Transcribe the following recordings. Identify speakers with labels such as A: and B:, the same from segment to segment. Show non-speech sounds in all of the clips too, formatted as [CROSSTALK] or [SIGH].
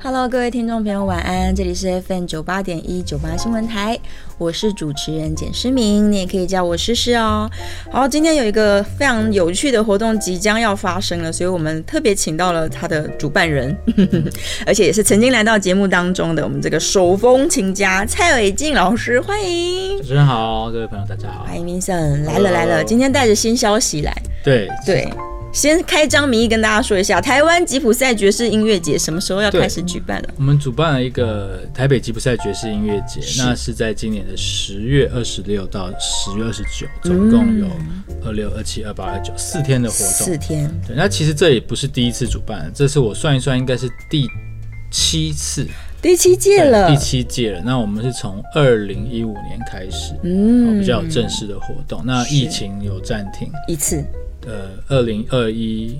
A: Hello，各位听众朋友，晚安！这里是 FM 九八点一九八新闻台，我是主持人简诗明，你也可以叫我诗诗哦。好，今天有一个非常有趣的活动即将要发生了，所以我们特别请到了他的主办人， [LAUGHS] 而且也是曾经来到节目当中的我们这个手风琴家蔡伟静老师，欢迎！
B: 主持人好，各位朋友大家好。
A: 欢迎 Vincent 来了来了，今天带着新消息来，
B: 对
A: 对。 [LAUGHS] 先开张名义跟大家说一下，台湾吉普赛爵士音乐节什么时候要开始举办了？
B: 我们主办了一个台北吉普赛爵士音乐节，
A: 是
B: 那是在今年的十月二十六到十月二十九，总共有二六、二七、二八、二九四天的活
A: 嗯四
B: 动。
A: 天，
B: 对，那其实这也不是第一次主办，这是我算一算，应该是第七次，
A: 第七届了，
B: 第七届了。那我们是从二零一五年开始，
A: 嗯
B: 比较有正式的活动。那
A: 是
B: 疫情有暂停，
A: 一次
B: 呃，二零二一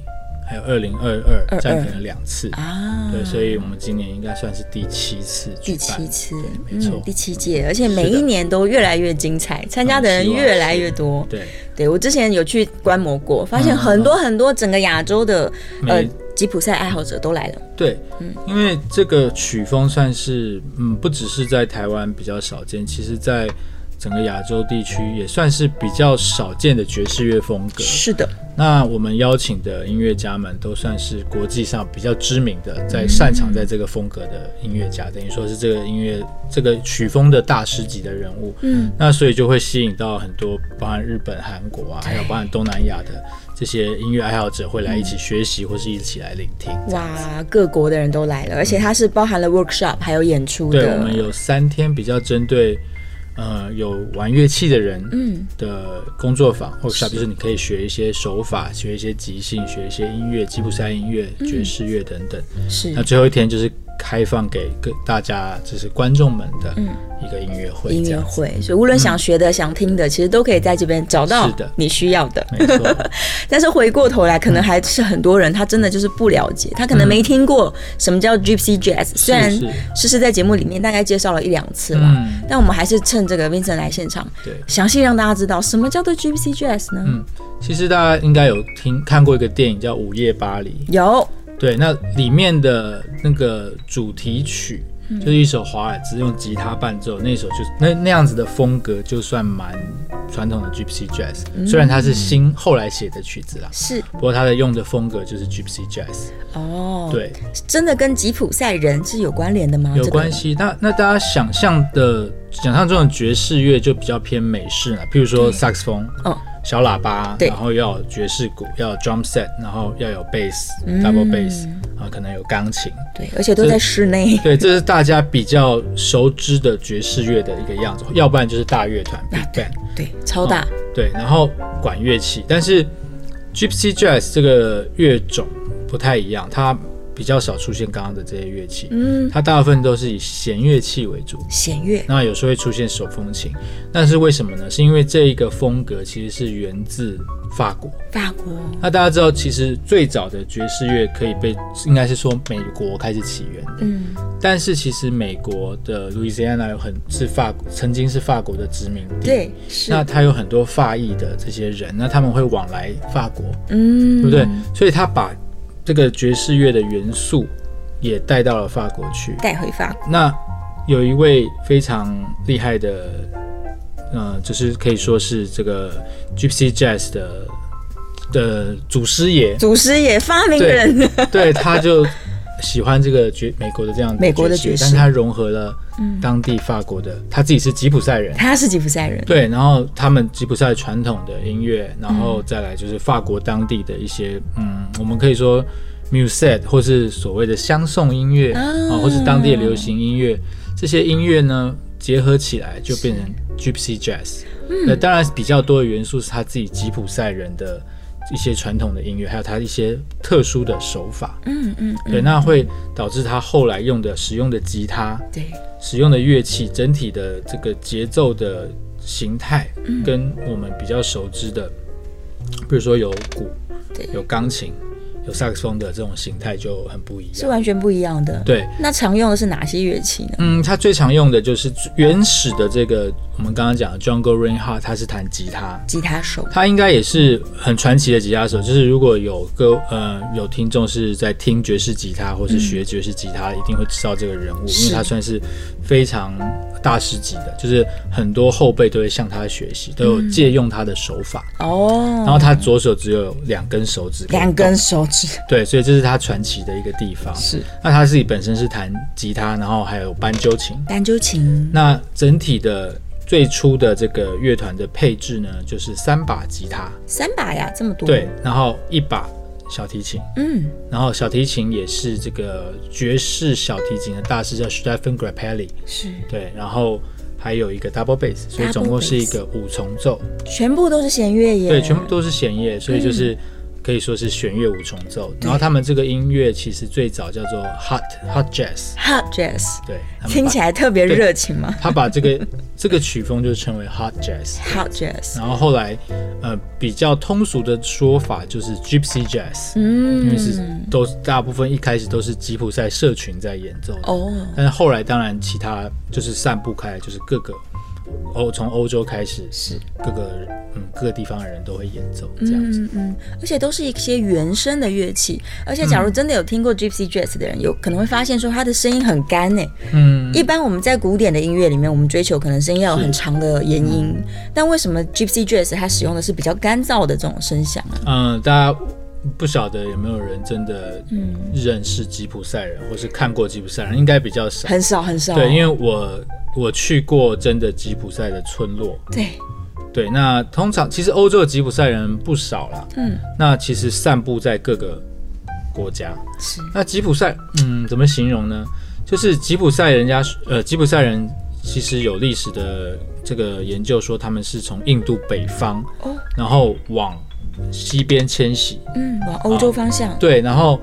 B: 还有二零二二
A: 22
B: 暂停了两次。
A: 啊，
B: 对，所以我们今年应该算是第七次举
A: 第
B: 办，
A: 七次，
B: 对没
A: 嗯
B: 错，
A: 第七届，而且
B: 是的嗯
A: 每一年都越来越精彩，参加的人
B: 希望
A: 越来越多。
B: 对，
A: 对我之前有去观摩过，发现
B: 嗯
A: 很多很多整个亚洲的呃
B: 没
A: 吉普赛爱好者都来了，
B: 对，
A: 嗯
B: 因为这个曲风算是，嗯，不只是在台湾比较少见，其实在整个亚洲地区也算是比较少见的爵士乐风格。
A: 是的，
B: 那我们邀请的音乐家们都算是国际上比较知名的，在擅长在这个风格的音乐家，等于说是这个音乐这个曲风的大师级的人物。
A: 嗯，
B: 那所以就会吸引到很多，包含日本、韩国啊，还有包含东南亚的这些音乐爱好者会来一起学习，或是一起来聆听。这样
A: 哇，各国的人都来了，而且它是包含了 workshop 还有演出
B: 嗯对，我们
A: 的，
B: 有三天比较针对。呃，有玩乐器的人
A: 嗯
B: 的工作坊、或 workshop，就是你可以学一些手法，学一些即兴，学一些音乐、吉普赛音乐、爵士乐等等。
A: 是
B: 那最后一天就是开放给各大家，就是观众们的一个音乐会，
A: 嗯音
B: 这
A: 乐
B: 样子。嗯
A: 会，所以无论想学的、想听的，其实都可以在这边找到
B: 是的
A: 你需要的。
B: 没错，
A: 但是回过头来，可能
B: 嗯
A: 还是很多人他真的就是不了解，他可能没听过什么叫 Gypsy Jazz。虽然
B: 是
A: 诗诗在节目里面大概介绍了一两次啦，
B: 嗯，
A: 但我们还是趁这个 Vincent 来现场，
B: 对。
A: 详细让大家知道什么叫做 Gypsy Jazz 呢？
B: 嗯其实大家应该有听看过一个电影叫《午夜巴黎
A: 有》，
B: 对，那里面的那个主题曲
A: 嗯
B: 就是一首华尔兹，用吉他伴奏，那首就那那样子的风格，就算蛮传统的 Gypsy Jazz，、虽
A: 嗯
B: 然它是新后来写的曲子啦，
A: 是
B: 不过它的用的风格就是 Gypsy Jazz，
A: 哦，，
B: 对，
A: 真的跟吉普赛人是有关联的吗？这
B: 有
A: 个
B: 关系。那那大家想象的想象中的爵士乐就比较偏美式了，譬如说萨克斯风，
A: 嗯
B: 小喇叭，
A: 对
B: 然后要有爵士鼓，要有 drum set，然后要有 bass、double
A: 嗯
B: bass，然后可能有钢琴。
A: 对，而且都在室内，
B: 对，这是大家比较熟知的爵士乐的一个样子，要不然就是大乐团 big band，
A: 对，超大，
B: 对，然后管乐器。但是 Gypsy Jazz 这个乐种不太一样，它比较少出现刚刚的这些乐器，
A: 嗯，
B: 它大部分都是以弦乐器为主。
A: 弦乐
B: 那有时候会出现手风琴，但是为什么呢？是因为这一个风格其实是源自法国。
A: 法国，
B: 那大家知道，其实最早的爵士乐可以被应该是说美国开始起源的，
A: 嗯，
B: 但是其实美国的路易斯安那有很是法国曾经是法国的殖民地，，
A: 对，是，
B: 那它有很多法裔的这些人，那他们会往来法国，
A: 嗯，
B: 对不对？所以他把这个爵士乐的元素也带到了法国去，
A: 带回法国，，
B: 那有一位非常厉害的，呃，就是可以说是这个 Gypsy Jazz 的的祖师爷
A: 祖师爷发明人， [LAUGHS]
B: [LAUGHS] 对，他就喜欢这个爵美国的这样
A: 美国的爵士嗯
B: 但是他融合了当地法国的，他自己是吉普赛人。
A: 他是吉普赛人，
B: 对，然后他们吉普赛传统的音乐，然后再来就是法国当地的一些，嗯，我们可以说 musette 或是所谓的相送音乐
A: 啊
B: 啊、或是当地的流行音乐，这些音乐呢结合起来就
A: 嗯
B: 变成 Gypsy Jazz。那、当然比较多的元素是他自己吉普赛人的一些传统的音乐，还有它一些特殊的手法。
A: 嗯嗯，嗯
B: 对，那会导致他后来用的使用的吉他、
A: 对，
B: 使用的乐器整体的这个节奏的形态，
A: 嗯
B: 跟我们比较熟知的，比如说有鼓
A: 对、
B: 有钢琴、有萨克斯风的这种形态就很不一
A: 是啊
B: 样。
A: 完全不一样的。，
B: 对，
A: 那常用的是哪些乐器呢？
B: 嗯，他最常用的就是原始的这个，我们刚刚讲的 Jungle Reinhardt，他是弹吉他，
A: 吉他手，
B: 他应该也是很传奇的吉他手。就是如果有歌，呃，有听众是在听爵士吉他或是学爵士吉他，一定会知道这个人物，因
A: 嗯是
B: 为他算是非常大师级的，就是很多后辈都会向他学习，都有借用他的手法。
A: 哦，
B: 然后他哦左手只有两根手指，
A: 两根，手指
B: 对，所以这是他传奇的一个地方。
A: 是
B: 那他自己本身是弹吉他，然后还有班鸠琴。
A: 单鸠琴，
B: 那整体的最初的这个乐团的配置呢，就是三把吉他，
A: 三把呀，这么多。
B: 对，，然后一把小提琴，
A: 嗯，
B: 然后小提琴也是这个爵士小提琴的大师叫 Stephen Grappelli，
A: 是，
B: 对，然后还有一个 double bass，所以总共
A: Double bass
B: 是一个五重奏，
A: 全部都是弦乐耶。
B: 对，全部都是弦乐，所以就是。可以说是弦乐五重奏，
A: 嗯
B: 然后他们这个音乐其实最早叫做 hot hot jazz，
A: hot jazz，
B: 对，他们
A: 听
B: 把
A: 起来特别热情嘛。
B: 他把这个这个曲风就称为 hot jazz，
A: hot jazz，
B: 然后后来，呃，比较通俗的说法就是 Gypsy Jazz，、因为是
A: 嗯，
B: 都大部分一开始都是吉普赛社群在演奏的，
A: 哦，
B: 但是后来当然其他就是散布开来，就是各个欧从欧洲开始，
A: 是
B: 各个嗯各个地方的人都会演奏这样子。
A: 嗯嗯，而且都是一些原声的乐器，而
B: 嗯
A: 且假如真的有听过 Gypsy Jazz 的人，有可能会发现说他的声音很干诶、
B: 嗯，
A: 一般我们在古典的音乐里面，我们追求可能声音要有很长的延音，
B: 嗯
A: 但为什么 Gypsy Jazz 它使用的是比较干燥的这种声响啊？
B: 嗯，大家不晓得有没有人真的
A: 嗯
B: 认识吉普赛人，或是看过吉普赛人，应该比较少。啊
A: 很少很少，
B: 对，因为我我去过真的吉普赛的村落，
A: 对
B: 对，那通常其实欧洲的吉普赛人不少啦，
A: 嗯，
B: 那其实散布在各个国家。
A: 是
B: 那吉普赛，嗯，怎么形容呢？就是吉普赛人家，呃，吉普赛人其实有历史的这个研究说，他们是从印度北方，
A: 哦
B: 然后往西边迁徙，
A: 嗯，往欧洲方向，
B: 对，然后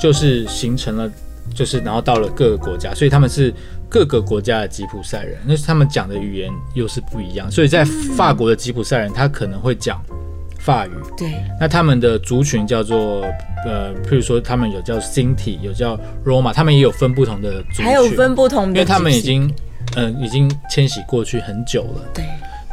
B: 就是形成了，就是然后到了各个国家，所以他们是各个国家的吉普赛人，那是他们讲的语言又是不一样，所以在
A: 嗯
B: 法国的吉普赛人他可能会讲法语，
A: 对
B: 那他们的族群叫做呃，譬如说他们有叫 Sinti，有叫 Roma，他们也有分不同的族群，
A: 还有分不同
B: 因
A: 的 gypsy，
B: 为他们已经嗯、已经迁徙过去很久了。
A: 对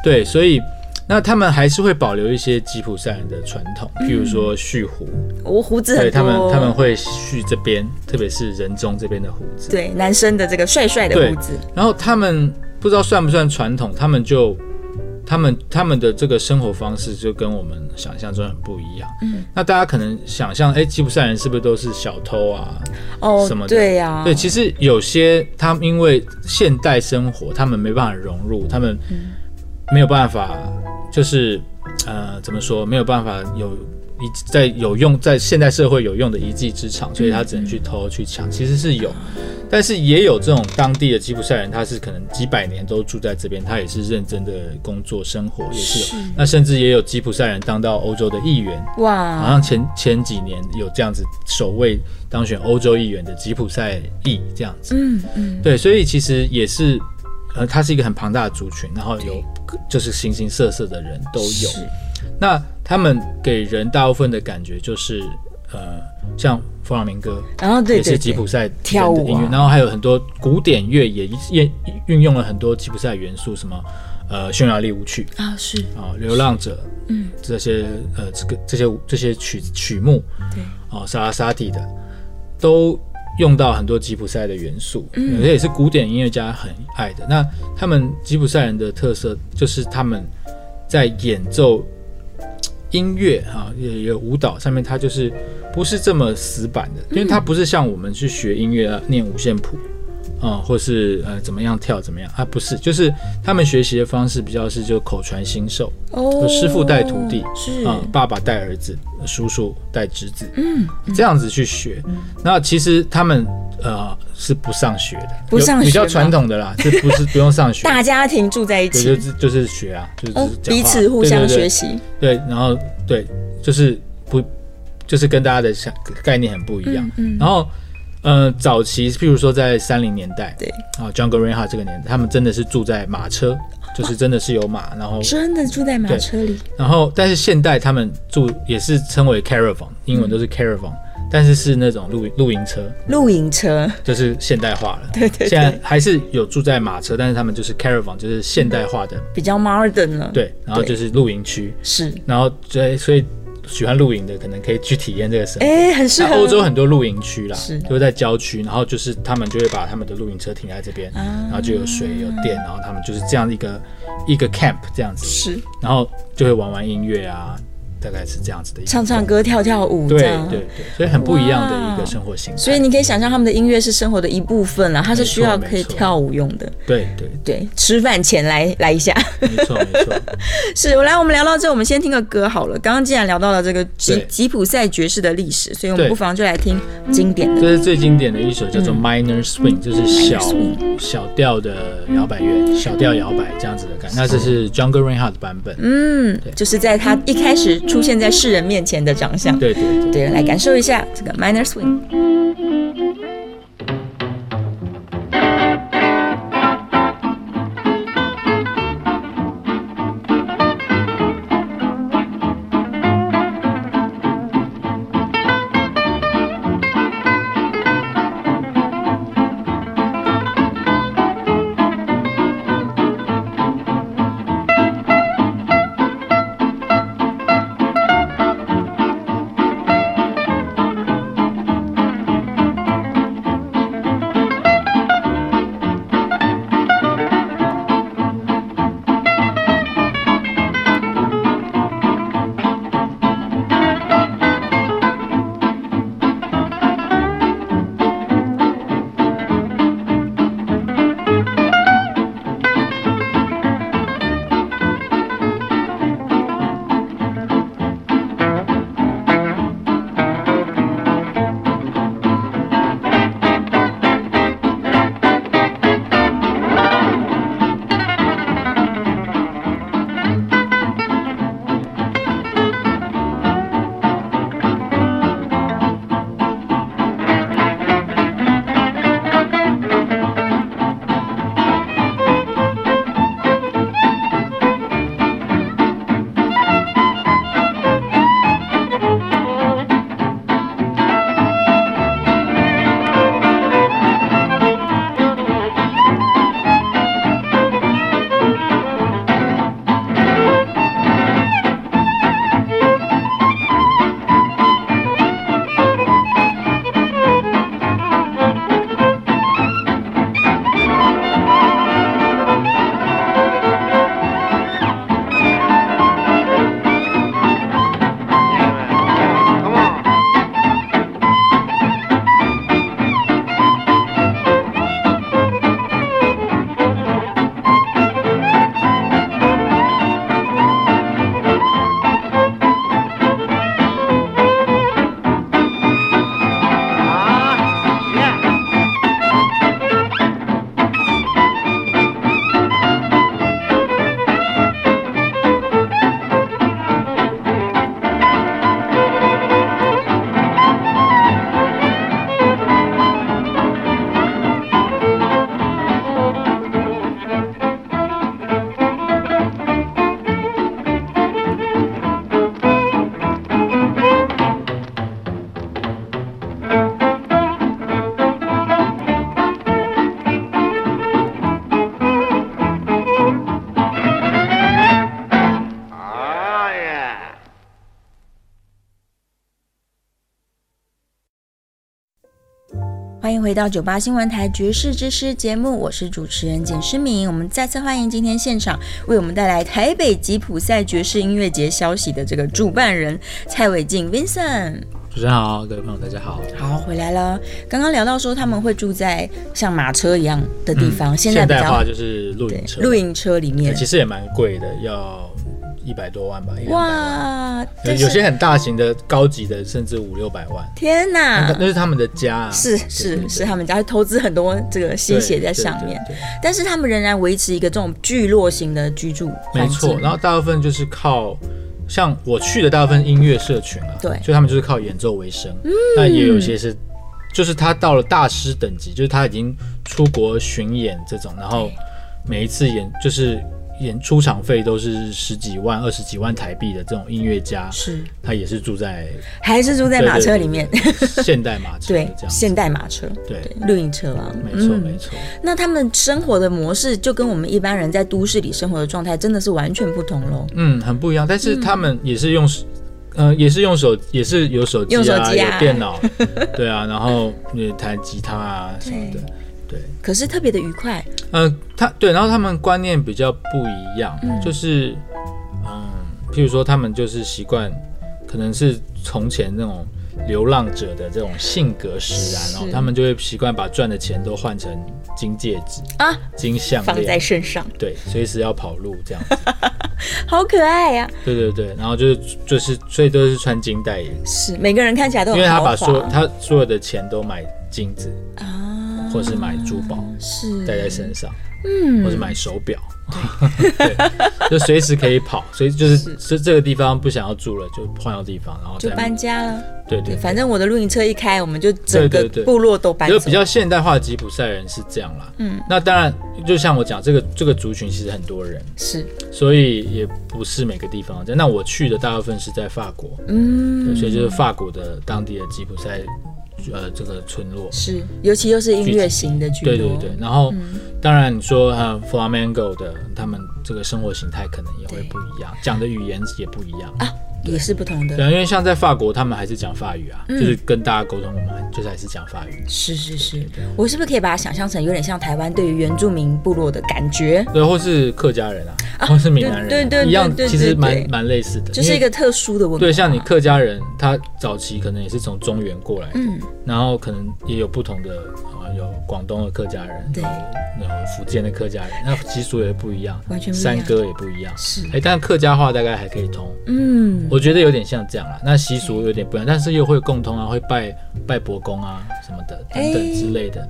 B: 对，所以那他们还是会保留一些吉普赛人的传统，譬
A: 嗯
B: 如说蓄胡，
A: 我胡子很
B: 对
A: 多，
B: 他们他们会蓄这边，特别是人中这边的胡子。
A: 对男生的这个帅帅的
B: 对
A: 胡子，
B: 然后他们不知道算不算传统，他们就他们他们的这个生活方式就跟我们想象中很不一样。嗯，那大家可能想象，哎，吉普赛人是不是都是小偷啊？
A: 哦
B: 什么，的
A: 对呀、
B: 对，其实有些他们因为现代生活，他们没办法融入，他们没有办法，就是呃，怎么说，没有办法有一在有用在现代社会有用的一技之长，所以他只能去偷去抢，其实是有，但是也有这种当地的吉普赛人，他是可能几百年都住在这边，他也是认真的工作生活，也是有，那甚至也有吉普赛人当到欧洲的议员，好
A: 哇，
B: 像前前几年有这样子首位当选欧洲议员的吉普赛裔这样子，
A: 嗯嗯，
B: 对，所以其实也是，呃，它是一个很庞大的族群，然后有就是形形色色的人都有。
A: 嗯是
B: 那他们给人大部分的感觉就是，呃，像弗朗明哥
A: 然后对
B: 也
A: 对
B: 是吉
A: 对，
B: 普赛
A: 跳
B: 人的
A: 舞
B: 音乐，
A: 啊
B: 然后还有很多古典乐也也运用了很多吉普赛元素，什么呃匈牙利舞曲，
A: 啊是
B: 啊、流浪者，
A: 嗯，
B: 这些呃，这个这些这些曲曲目，
A: 对，
B: 哦，萨拉沙蒂的，都用到很多吉普赛的元素，嗯，这也是古典音乐家很爱的。那他们吉普赛人的特色就是他们在演奏音乐哈、也有舞蹈上面，它就是不是这么死板的，因为
A: 嗯
B: 它不是像我们去学音乐、啊、念五线谱。啊、或是呃怎么样跳怎么样啊？不是，就是他们学习的方式比较是就口传心授，
A: 哦
B: 有师傅带徒弟
A: 是、
B: 啊、爸爸带儿子，叔叔带侄子，嗯，这样子去学。那其实他们呃是不上学的，
A: 不上
B: 有比较
A: 学吗
B: 传统的啦，这不是不用上学，
A: [LAUGHS] 大家庭住在一
B: 对，
A: 起，
B: 就是就是学啊，就是、
A: 哦
B: 就是讲话
A: 彼此互相学
B: 习
A: 习，
B: 对对对对，然后对，就是就是跟大家的想概念很不一样。
A: 嗯
B: 然后，呃，早期譬如说在三零年代，
A: 对，
B: 啊，Jungle Reinhardt 这个年代，他们真的是住在马车，就是真的是有马，然后
A: 真的住在马
B: 对
A: 车里，
B: 然后但是现代他们住也是称为 caravan，英文都
A: 嗯
B: 是 caravan，、但是是那种露露营车，
A: 露营车，
B: 就是现代化了。
A: 对对
B: 现在
A: 对，
B: 还是有住在马车，但是他们就是 caravan，就是现代化的，
A: 比较 modern 了，，
B: 对，然后
A: 嗯对
B: 就是露营区，
A: 是，
B: 然后所所以喜欢露营的可能可以去体验这个生活。
A: 哎，很适
B: 那
A: 合
B: 欧洲很多露营区啦，
A: 是
B: 就是在郊区，然后就是他们就会把他们的露营车停在这边，
A: 啊
B: 然后就有水有电，然后他们就是这样一个一个 camp 这样子，
A: 是
B: 然后就会玩玩音乐啊，大概是这样子的一个。
A: 唱唱歌、跳跳舞
B: 对
A: 这样，
B: 对对，所以很不一样的一
A: 哇
B: 个生活形态。
A: 所以你可以想象他们的音乐是生活的一部分啦，它是需要
B: 没错
A: 可以
B: 没错
A: 跳舞用的。
B: 对对，
A: 对，吃饭前来来一下。 [LAUGHS]
B: 没错没错， [LAUGHS]
A: 是，我来，我们聊到这，我们先听个歌好了。刚刚既然聊到了这个吉
B: 对
A: 吉普赛爵士的历史，所以我们
B: 对
A: 不妨就来听经典的。
B: 这是最经典的一首叫做 Minor Swing，就是小
A: 嗯 swing
B: 小调的摇摆乐，小调摇摆这样子的感觉。那这是 Jungle Reinhardt 的版本。
A: 嗯，就是在他一开始出现在世人面前的长相。
B: 对对对。
A: 对，来感受一下这个 minor swing。
C: Come on. Ah, Ah, yeah. Oh, yeah.
A: 欢迎回到九八新闻台《爵士之师》节目，我是主持人简诗敏。我们再次欢迎今天现场为我们带来台北吉普赛爵士音乐节消息的这个主办人蔡伟静 Vincent。
B: 主持人好，各位朋友大家好。
A: 好，回来了。刚刚聊到说他们会住在像马车一样的地方，
B: 嗯
A: 现
B: 现
A: 在比
B: 代化
A: 较
B: 就是露
A: 对
B: 营车，
A: 露营车里面
B: 对其，实也蛮贵的，要一百多万吧，一两百万。
A: 哇，
B: 有
A: 但是
B: 有些很大型的、高级的，甚至五六百万，
A: 天哪
B: 那，那是他们的家、啊。
A: 是
B: 对
A: 是是，他们家投资很多这个心血在上面，。
B: 对对对对对
A: 但是他们仍然维持一个这种聚落型的居住环
B: 没
A: 境。
B: 错。然后大部分就是靠像我去的大部分音乐社群啊，
A: 对嗯
B: 就他们就是靠演奏为生，那、也有些是，就是他到了大师等级，就是他已经出国巡演这种，然后每一次演就是演出场费都是十几万、二十几万台币的这种音乐家，
A: 是
B: 他也是住在
A: 还是住在马车里面，
B: 对对对现代马车
A: [LAUGHS] 对
B: 这样子，
A: 现代马车，
B: 对，
A: 露营车啊，
B: 没错
A: 嗯
B: 没错，
A: 那他们生活的模式就跟我们一般人在都市里生活的状态真的是完全不同喽。
B: 嗯，很不一样，但是他们也是用。呃，也是用手，也是有手机
A: 用手
B: 啊，
A: 机啊
B: 有
A: [LAUGHS]
B: 电脑，对啊，然后也弹吉他啊什么的，对，
A: 可是特别的愉快，
B: 呃，他对，然后他们观念比较不一样，就是，嗯，譬如说他们就是习惯，可能是从前那种流浪者的这种性格使然哦
A: 是，
B: 他们就会习惯把赚的钱都换成金戒指
A: 啊，
B: 金项
A: 放在
B: 链，
A: 身上，
B: 对，随时要跑路这样子，
A: 好可爱啊呀、
B: 对对对，然后就是就是所以都是穿金戴银，
A: 是，每个人看起来都
B: 因
A: 很
B: 为他
A: 豪华
B: 把所有他所有的钱都买金子
A: 啊，
B: 或是买珠宝
A: 是
B: 戴在身上。
A: 嗯
B: 或者买手表， [LAUGHS] 对，就随时可以跑，所以就是这这个地方不想要住了，就换到地方，然后
A: 就
B: 再
A: 搬家了。
B: 对对
A: 对，
B: 对
A: 反正我的露营车一开，我们就整
B: 对
A: 个
B: 对对
A: 部落都搬走。
B: 就比较现代化的吉普赛人是这样啦。嗯，那当然，就像我讲，这个这个族群其实很多人，
A: 是，
B: 所以也不是每个地方。那我去的大部分是在法国，
A: 嗯，
B: 对所以就是法国的当地的吉普赛，呃，这个村落。
A: 是，尤其又是音乐型的居多。嗯
B: 对对对，然后、当然你说呃，flamenco 的他们这个生活形态可能也会
A: 对
B: 不一样，讲的语言也不一样。
A: 啊，也是不同
B: 对
A: 的。
B: 啊，因为像在法国，他们还是讲法语
A: 嗯
B: 啊，就是跟大家沟通，我们还就是还是讲法语，
A: 是是是，我是不是可以把它想象成有点像台湾对于原住民部落的感觉？
B: 对，或是客家人啊，或是闽南人啊，
A: 对对对
B: 一样，
A: 对对
B: 其实
A: 对
B: 蛮蛮类似的，
A: 就是一
B: 因为
A: 个特殊的文化。
B: 对，像你客家人，他早期可能也是从中原过来的，
A: 嗯
B: 然后可能也有不同的，呃，有广东的客家人，
A: 对
B: 有有福建的客家人，那习俗也不一样，
A: 完全不一样
B: 山歌也不一样，
A: 是
B: 哎，但客家话大概还可以通，
A: 嗯，
B: 我觉得有点像这样啦，那习俗有点不一样，但是又会共通啊，会拜拜伯公啊什么的等等之类的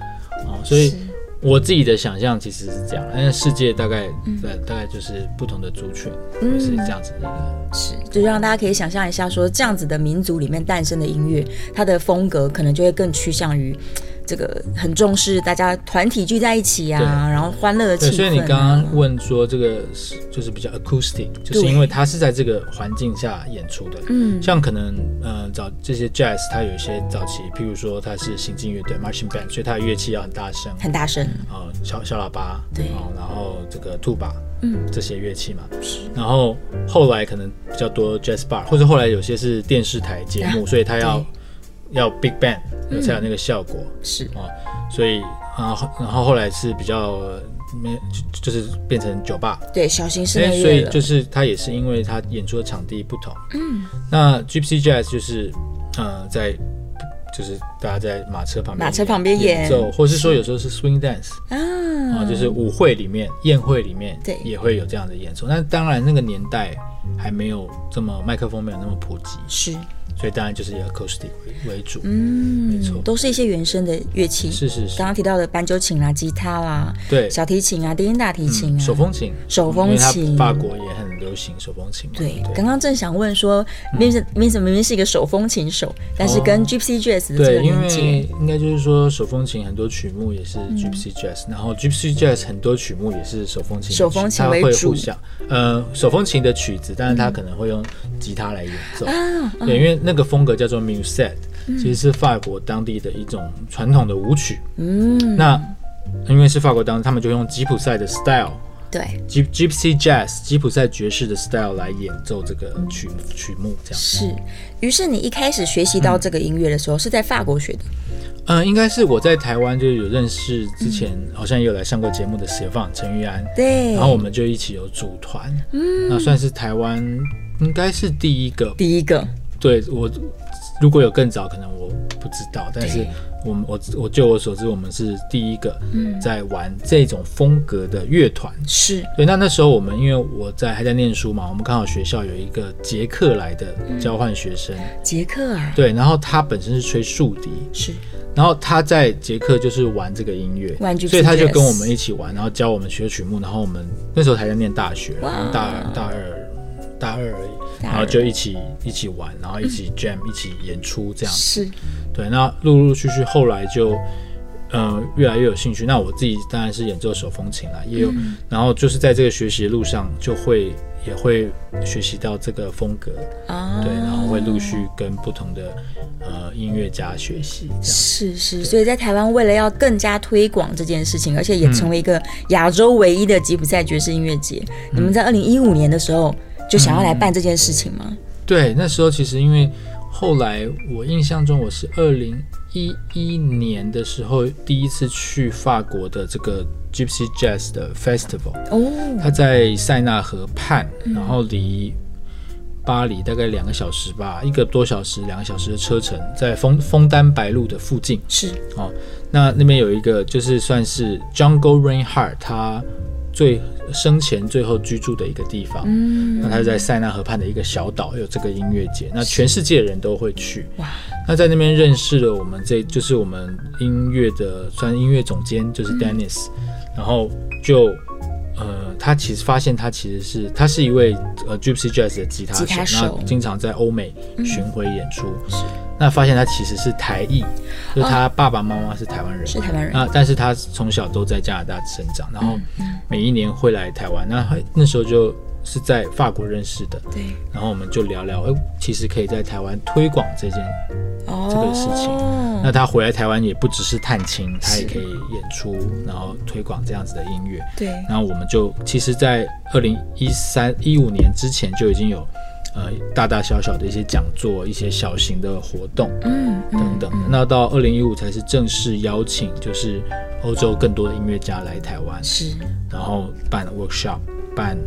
B: 哦，所
A: 哎
B: 以
A: 是
B: 我自己的想象其实是这样，但是世界大概
A: 嗯
B: 对大概就是不同的族群会是这样子的一个，
A: 是，就让大家可以想象一下说这样子的民族里面诞生的音乐，它的风格可能就会更趋向于这个很重视大家团体聚在一起啊，
B: 对
A: 然后欢乐的气氛、
B: 对，
A: 啊。
B: 所以你刚刚问说这个是就是比较 acoustic，就是因为它是在这个环境下演出的，
A: 嗯
B: 像可能呃早这些 jazz 它有一些早期，譬如说它是行进乐队 marching band，所以它的乐器要很大声，
A: 很大声，
B: 啊、小小喇叭，
A: 对
B: 哦然后这个兔把，
A: 嗯，
B: 这些乐器嘛，然后后来可能比较多 jazz bar，或者后来有些是电视台节
A: [LAUGHS]
B: 目，
A: 啊
B: 所以它要要 big band
A: 嗯
B: 才有那个效果，哦
A: 是
B: 所以然后然后后来是比较呃没就就是变成酒吧，
A: 对小型室
B: 哎
A: 内
B: 所
A: 乐
B: 以
A: 了，
B: 就是它也是因为它演出的场地不同，嗯，那 Gypsy Jazz 就是呃在。就是大家在马车旁边
A: 马车旁边演
B: 演奏，或是说有时候是 swing dance，
A: 啊，
B: 啊，就是舞会里面、宴会里面，
A: 对
B: 也会有这样的演出。那当然，那个年代还没有这么麦克风没有那么普及，
A: 是
B: 所以当然就是以 acoustic 为为主。
A: 嗯，
B: 没错
A: 都是一些原声的乐器，
B: 是是是
A: 刚，刚提到的班鸠琴啦、啊吉他啦、
B: 对，嗯
A: 小提琴啊、低音大提琴啊、
B: 手风琴，
A: 手风琴
B: 因为它法国也很流行手风琴嘛。
A: 对，刚刚正想问说，Vincent
B: 嗯
A: Vincent 明明是一个手风琴手，但是跟 Gypsy Jazz 的这个
B: 哦对，因
A: 连接
B: 为嗯应该就是说手风琴很多曲目也是
A: 嗯
B: Gypsy Jazz，、然后 Gypsy Jazz 很多曲目也是手风琴的曲，
A: 手风琴
B: 它
A: 为
B: 会
A: 主
B: 互相呃手风琴的曲子，但是它可能会用吉他来演奏，
A: 啊，
B: 对，因为那个风格叫做 musette，其实是法国当地的一种传统的舞曲。
A: 嗯，
B: 那因为是法国当地，他们就用吉普赛的 style。
A: 对，
B: Gy- Gypsy Jazz 吉普赛爵士的 style 来演奏这个曲曲目，这样。
A: 是。于是你一开始学习到这个音乐的时候，是在法国学的，
B: 嗯，应该是我在台湾就是有认识之前，好像也有来上过节目的斜放陈玉安，
A: 对
B: 然后我们就一起有组团，那算是台湾应该是第一个
A: 第一个
B: 对我，如果有更早，可能我不知道，但是我们我我就我所知，我们是第一个在玩这种风格的乐团。
A: 是
B: 对，那那时候我们因为我在还在念书嘛，我们刚好学校有一个捷克来的交换学生，
A: 捷克啊，
B: 对，然后他本身是吹竖笛，
A: 是
B: 然后他在捷克就是玩这个音乐
A: 玩，Gypsy
B: 所以他就
A: Jazz
B: 跟我们一起玩，然后教我们学曲目，然后我们那时候还在念大学，
A: 哇
B: 大大二大二而已，
A: 大二嗯
B: 然后就一起一起玩，然后一起 jam，、一起演出这样子。
A: 是
B: 对，那陆陆续续后来就。呃，越来越有兴趣。那我自己当然是演奏手风琴啦，也有，
A: 嗯
B: 然后就是在这个学习的路上，就会也会学习到这个风格，
A: 啊，
B: 对，然后会陆续跟不同的呃音乐家学习，这样
A: 是是，所以在台湾为了要更加推广这件事情，而且也成为一个亚洲唯一的吉普赛爵士音乐节，你们在二零一五年的时候就想要来办这件事情吗？
B: 对，那时候其实因为后来我印象中我是二零一一年的时候第一次去法国的这个 Gypsy Jazz 的 Festival，
A: 哦，
B: 它在塞纳河畔，然后离巴黎大概两个小时吧，一个多小时、两个小时的车程，在枫枫丹白露的附近。
A: 是
B: 哦，那那边有一个就是算是 Jungle Reinhardt 他最生前最后居住的一个地方，嗯，那他就在塞纳河畔的一个小岛有这个音乐节，那全世界人都会去，
A: 哇，
B: 那在那边认识了我们这就是我们音乐的算音乐总监就是
A: 嗯
B: Dennis，、然后就。呃，他其实发现他其实是他是一位呃 Gypsy Jazz 的吉他手，
A: 吉他
B: 那
A: 手嗯
B: 经常在欧美巡回演出。那发现他其实是台裔，就是他爸爸妈妈是台湾人，
A: 哦是台湾人嗯
B: 啊，但是他从小都在加拿大生长，然后每一年会来台湾。那他那时候就是在法国认识的，
A: 对，
B: 然后我们就聊聊，哎、其实可以在台湾推广这件。
A: 哦，嗯
B: 这个事情那他回来台湾也不只是探亲，他也可以演出，然后推广这样子的音乐。
A: 对，
B: 然后我们就其实，在二零一三一五年之前就已经有呃大大小小的一些讲座、一些小型的活动，嗯，等等的。那到二零一五才是正式邀请，就是欧洲更多的音乐家来台湾，
A: 是。
B: 然后办 workshop，办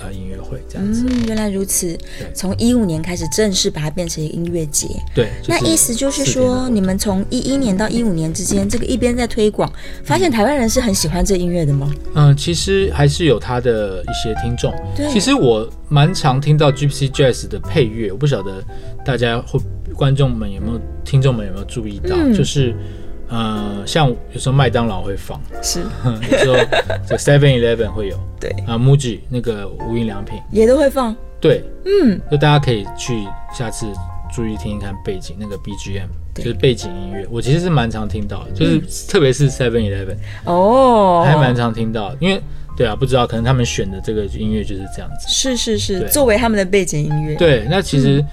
B: 呃音乐会这样子。
A: 嗯，原来如此。从一五年开始正式把它变成一个音乐节，
B: 对，
A: 嗯那意思就是说，你
B: 们
A: 们从一一年到一五年之间，这个一边在推广，发现台湾人是很喜欢这音乐的吗？
B: 嗯、其实还是有他的一些听众。
A: 对
B: 其实我蛮常听到 Gypsy Jazz 的配乐，我不晓得大家或观众们有没有、听众们有没有注意到，
A: 嗯
B: 就是呃，像有时候麦当劳
A: [LAUGHS]
B: 会放，
A: 是，
B: 有时候这 Seven Eleven 会有，
A: 对
B: 啊，MUJI 那个无印良品，
A: 也都会放。
B: 对，嗯，就大家可以去下次注意听听看背景那个 BGM，就是背景音乐，我其实是蛮常听到的，就是
A: 嗯
B: 特别是 Seven Eleven。
A: 哦，
B: 还蛮常听到，因为对啊，不知道可能他们选的这个音乐就是这样子。
A: 是是是，
B: 对
A: 作为他们的背景音乐，
B: 对，那其实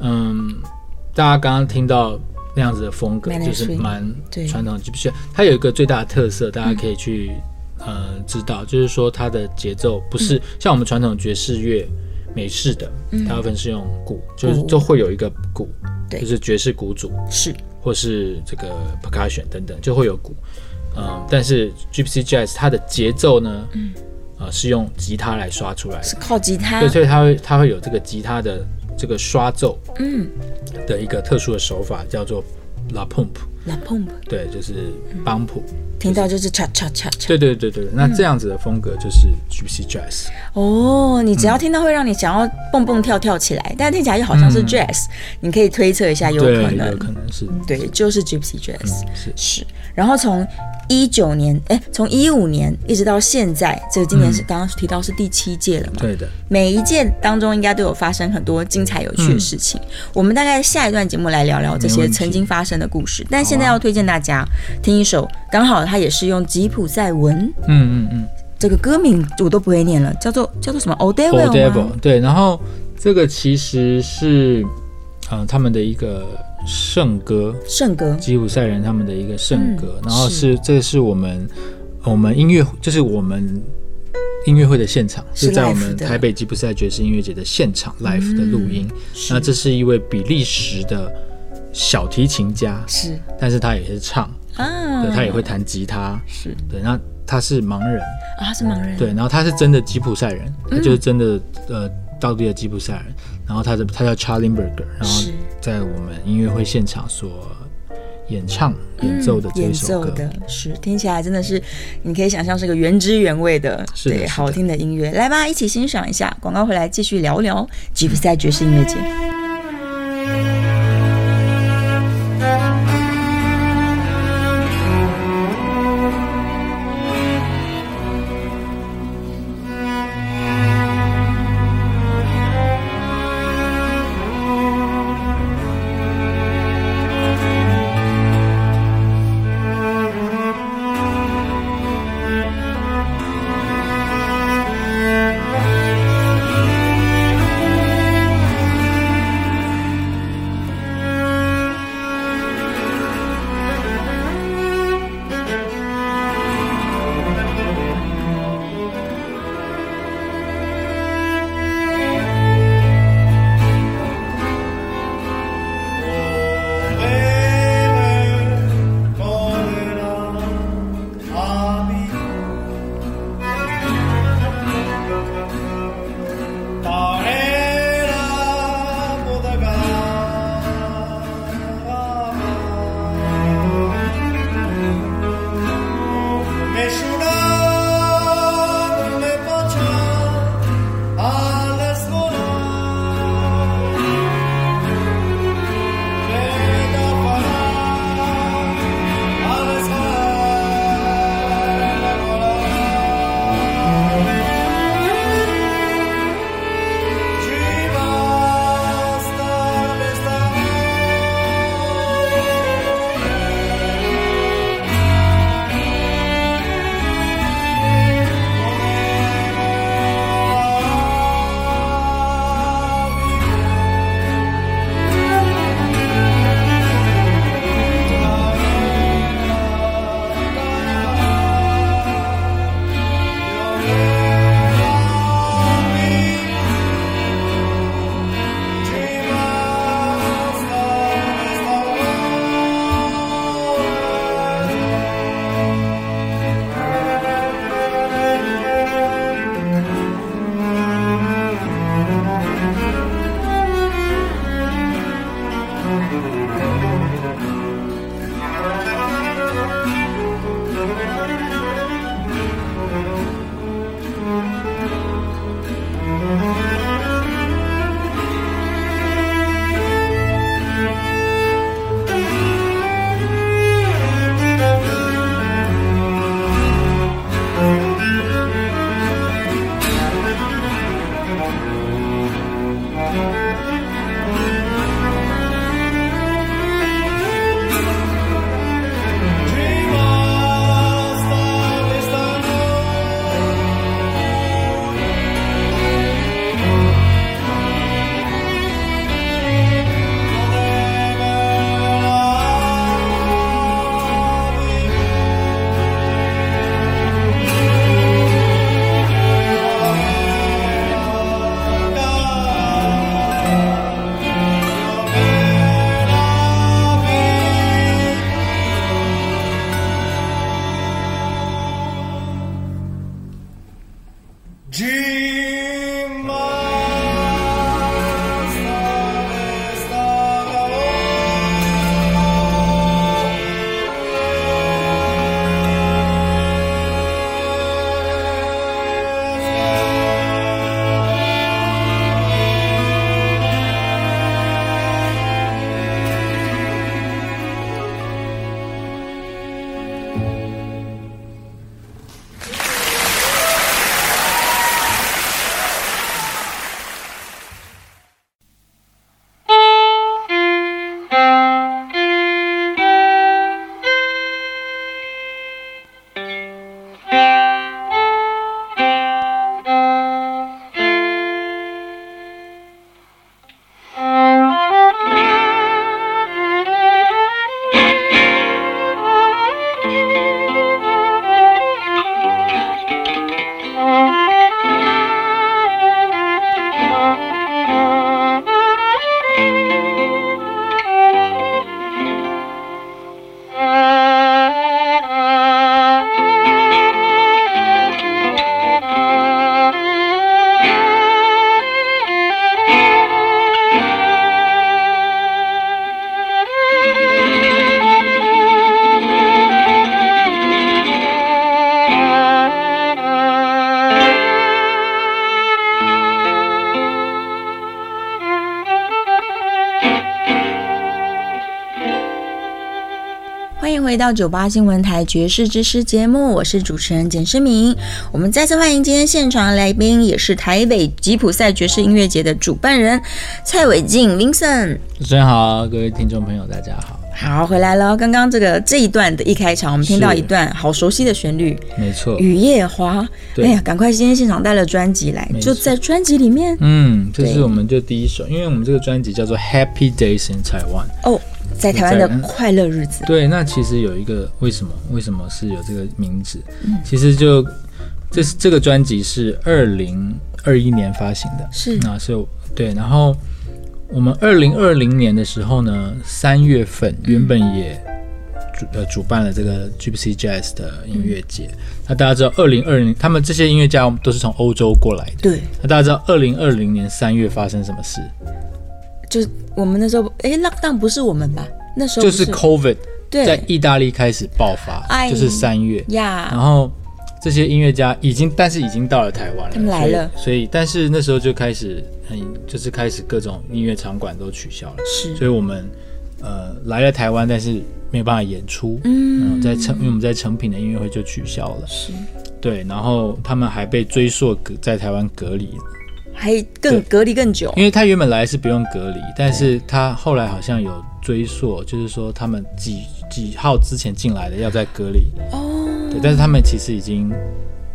B: 嗯大家刚刚听到那样子的风格，
A: 蛮有
B: 就是
A: 趣
B: 蛮
A: 对
B: 传统的，就不是它有一个最大的特色，大家可以去、呃知道，就是说它的节奏不
A: 嗯
B: 是、像我们传统爵士乐。美式的大部分是用鼓，就是
A: 鼓
B: 就会有一个鼓，
A: 对
B: 就是爵士鼓组，
A: 是
B: 或是这个 percussion 等等，就会有鼓。嗯，但是 Gypsy Jazz 它的节奏呢，嗯，呃，是用吉他来刷出来的，
A: 是啊靠吉他
B: 对，所以它会它会有这个吉他的这个刷奏，嗯，的一个特殊的手法叫做 la pump，
A: ，la pump，
B: 对，就是
A: 嗯
B: 帮谱，
A: 听到就是恰恰恰恰。
B: 对对对
A: 嗯
B: 对，那这样子的风格就是 Gypsy Jazz，
A: 哦，你只要听到会让你想要蹦蹦跳跳起来，但听起来又好像是 jazz，你可以推测一下，有
B: 嗯对
A: 可，能
B: 有可能是
A: 对，就是 Gypsy Jazz，、
B: 是
A: 是。然后从一九年，哎，从一五年一直到现在，这个今
B: 嗯
A: 年是、刚刚提到是第七届了嘛？
B: 对的。
A: 每一届当中应该都有发生很多精彩有趣的事情。我们大概下一段节目来聊聊这
B: 嗯没
A: 些
B: 问题啊
A: 曾经发生的故事。但现在要推荐大家听一首，刚好它也是用吉普赛文
B: 嗯嗯嗯。
A: 这个歌名我都不会念了，叫做叫做什么 o d e v i
B: Old
A: l 吗
B: Devil，对，然后这个其实是，嗯、他们的一个圣歌，
A: 圣歌
B: 吉普赛人他们的一个圣歌，
A: 嗯
B: 然后是这是我们我们音乐就是我们音乐会的现场，
A: 是
B: 就在我
A: live
B: 们
A: 的嗯
B: 台北吉普赛爵士音乐节的现场 live 的录音。那这是一位比利时的小提琴家，
A: 是
B: 但是他也是唱，
A: 啊
B: 对，他也会弹吉他，
A: 是
B: 对，那他是盲人，
A: 啊，他是盲人，
B: 对，然后他是真的吉普赛人，
A: 嗯
B: 他就是真的呃当地的吉普赛人。然后他的他叫 Charlie Burger，然后
A: 是
B: 在我们音乐会现场所演唱演奏的这
A: 嗯
B: 一
A: 演
B: 首
A: 奏
B: 歌，
A: 的是听起来真的是，你可以想象是个原汁原味的，
B: 是的
A: 对，
B: 是的
A: 好听的音乐。来吧，一起欣赏一下。广告回来继续聊聊吉普赛爵士音乐节。
D: Thank
A: 欢迎回到九八新闻台《爵士之师》节目，我是主持人简诗明。我们再次欢迎今天现场来宾，也是台北吉普赛爵士音乐节的主办人蔡伟静 Vincent。
B: 主持人好，啊各位听众朋友，大家好。
A: 好，回来了。刚刚这个这一段的一开场，我们听到
B: 是
A: 一段好熟悉的旋律，
B: 没错
A: 《雨夜花》。
B: 对
A: 哎呀，赶快今天现场带了专辑来，
B: 没
A: 就
B: 错
A: 在专辑里面
B: 嗯，这是
A: 对
B: 我们就第一首，因为我们这个专辑叫做《Happy Days in Taiwan》。
A: 哦，在台湾的
B: 在嗯
A: 快乐日子。
B: 对，那其实有一个为什么为什么是有这个名字？
A: 嗯
B: 其实就这是这个专辑是二零二一年发行的，
A: 是
B: 那是对，然后我们二零二零年的时候呢，三月份原本也主、呃主办了这个 Gypsy Jazz 的音乐节。
A: 嗯
B: 那大家知道，二零二零他们这些音乐家都是从欧洲过来的。
A: 对，
B: 那大家知道，二零二零年三月发生什么事？
A: 就是我们那时候，哎，lockdown 不是我们吧？那时候
B: 就
A: 不
B: 是 COVID 在
A: 对
B: 意大利开始爆发
A: 哎，
B: 就是三月。然
A: 呀，
B: 后这些音乐家已经，但是已经到了台湾了，
A: 他们来了
B: 所以，所以但是那时候就开始很，就是开始各种音乐场馆都取消了，所
A: 是
B: 以我们呃来了台湾，但是没有办法演出，
A: 嗯
B: 嗯，在成，因为我们在成品的音乐会就取消了，
A: 是，
B: 对，然后他们还被追溯隔在台湾隔离，
A: 还更
B: 对
A: 隔离更久。
B: 因为他原本来是不用隔离，但是他后来好像有追溯，就是说他们几几号之前进来的要再隔离，
A: 哦，
B: 对，但是他们其实已经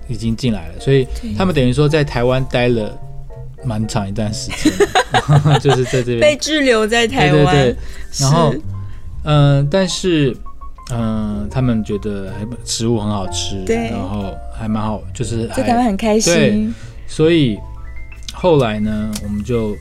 B: 已经进来了，所以
A: 对
B: 他们等于说在台湾待了蛮长一段
A: [LAUGHS]
B: 时间， [LAUGHS] 就是在这
A: 被
B: 边。
A: 滞留在
B: 对
A: 台
B: 对
A: 湾。
B: 对，然后
A: 是
B: 嗯、呃但是嗯、呃他们觉得还食物很好吃，
A: 对
B: 然后还蛮好，就是
A: 在台湾
B: 还
A: 很开心
B: 对。所以后来呢，我们就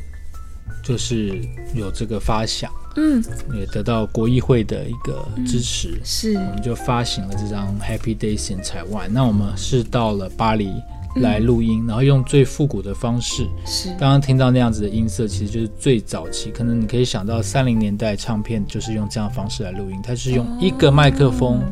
B: 就是有这个发想，
A: 嗯，
B: 也得到国议会的一个支持，
A: 是
B: 我们就发行了这张《Happy Days in Taiwan》。那我们是到了巴黎来录音，然后用最复古的方式。
A: 是，
B: 刚刚听到那样子的音色，其实就是最早期，可能你可以想到三零年代唱片就是用这样的方式来录音，它是用一个麦克风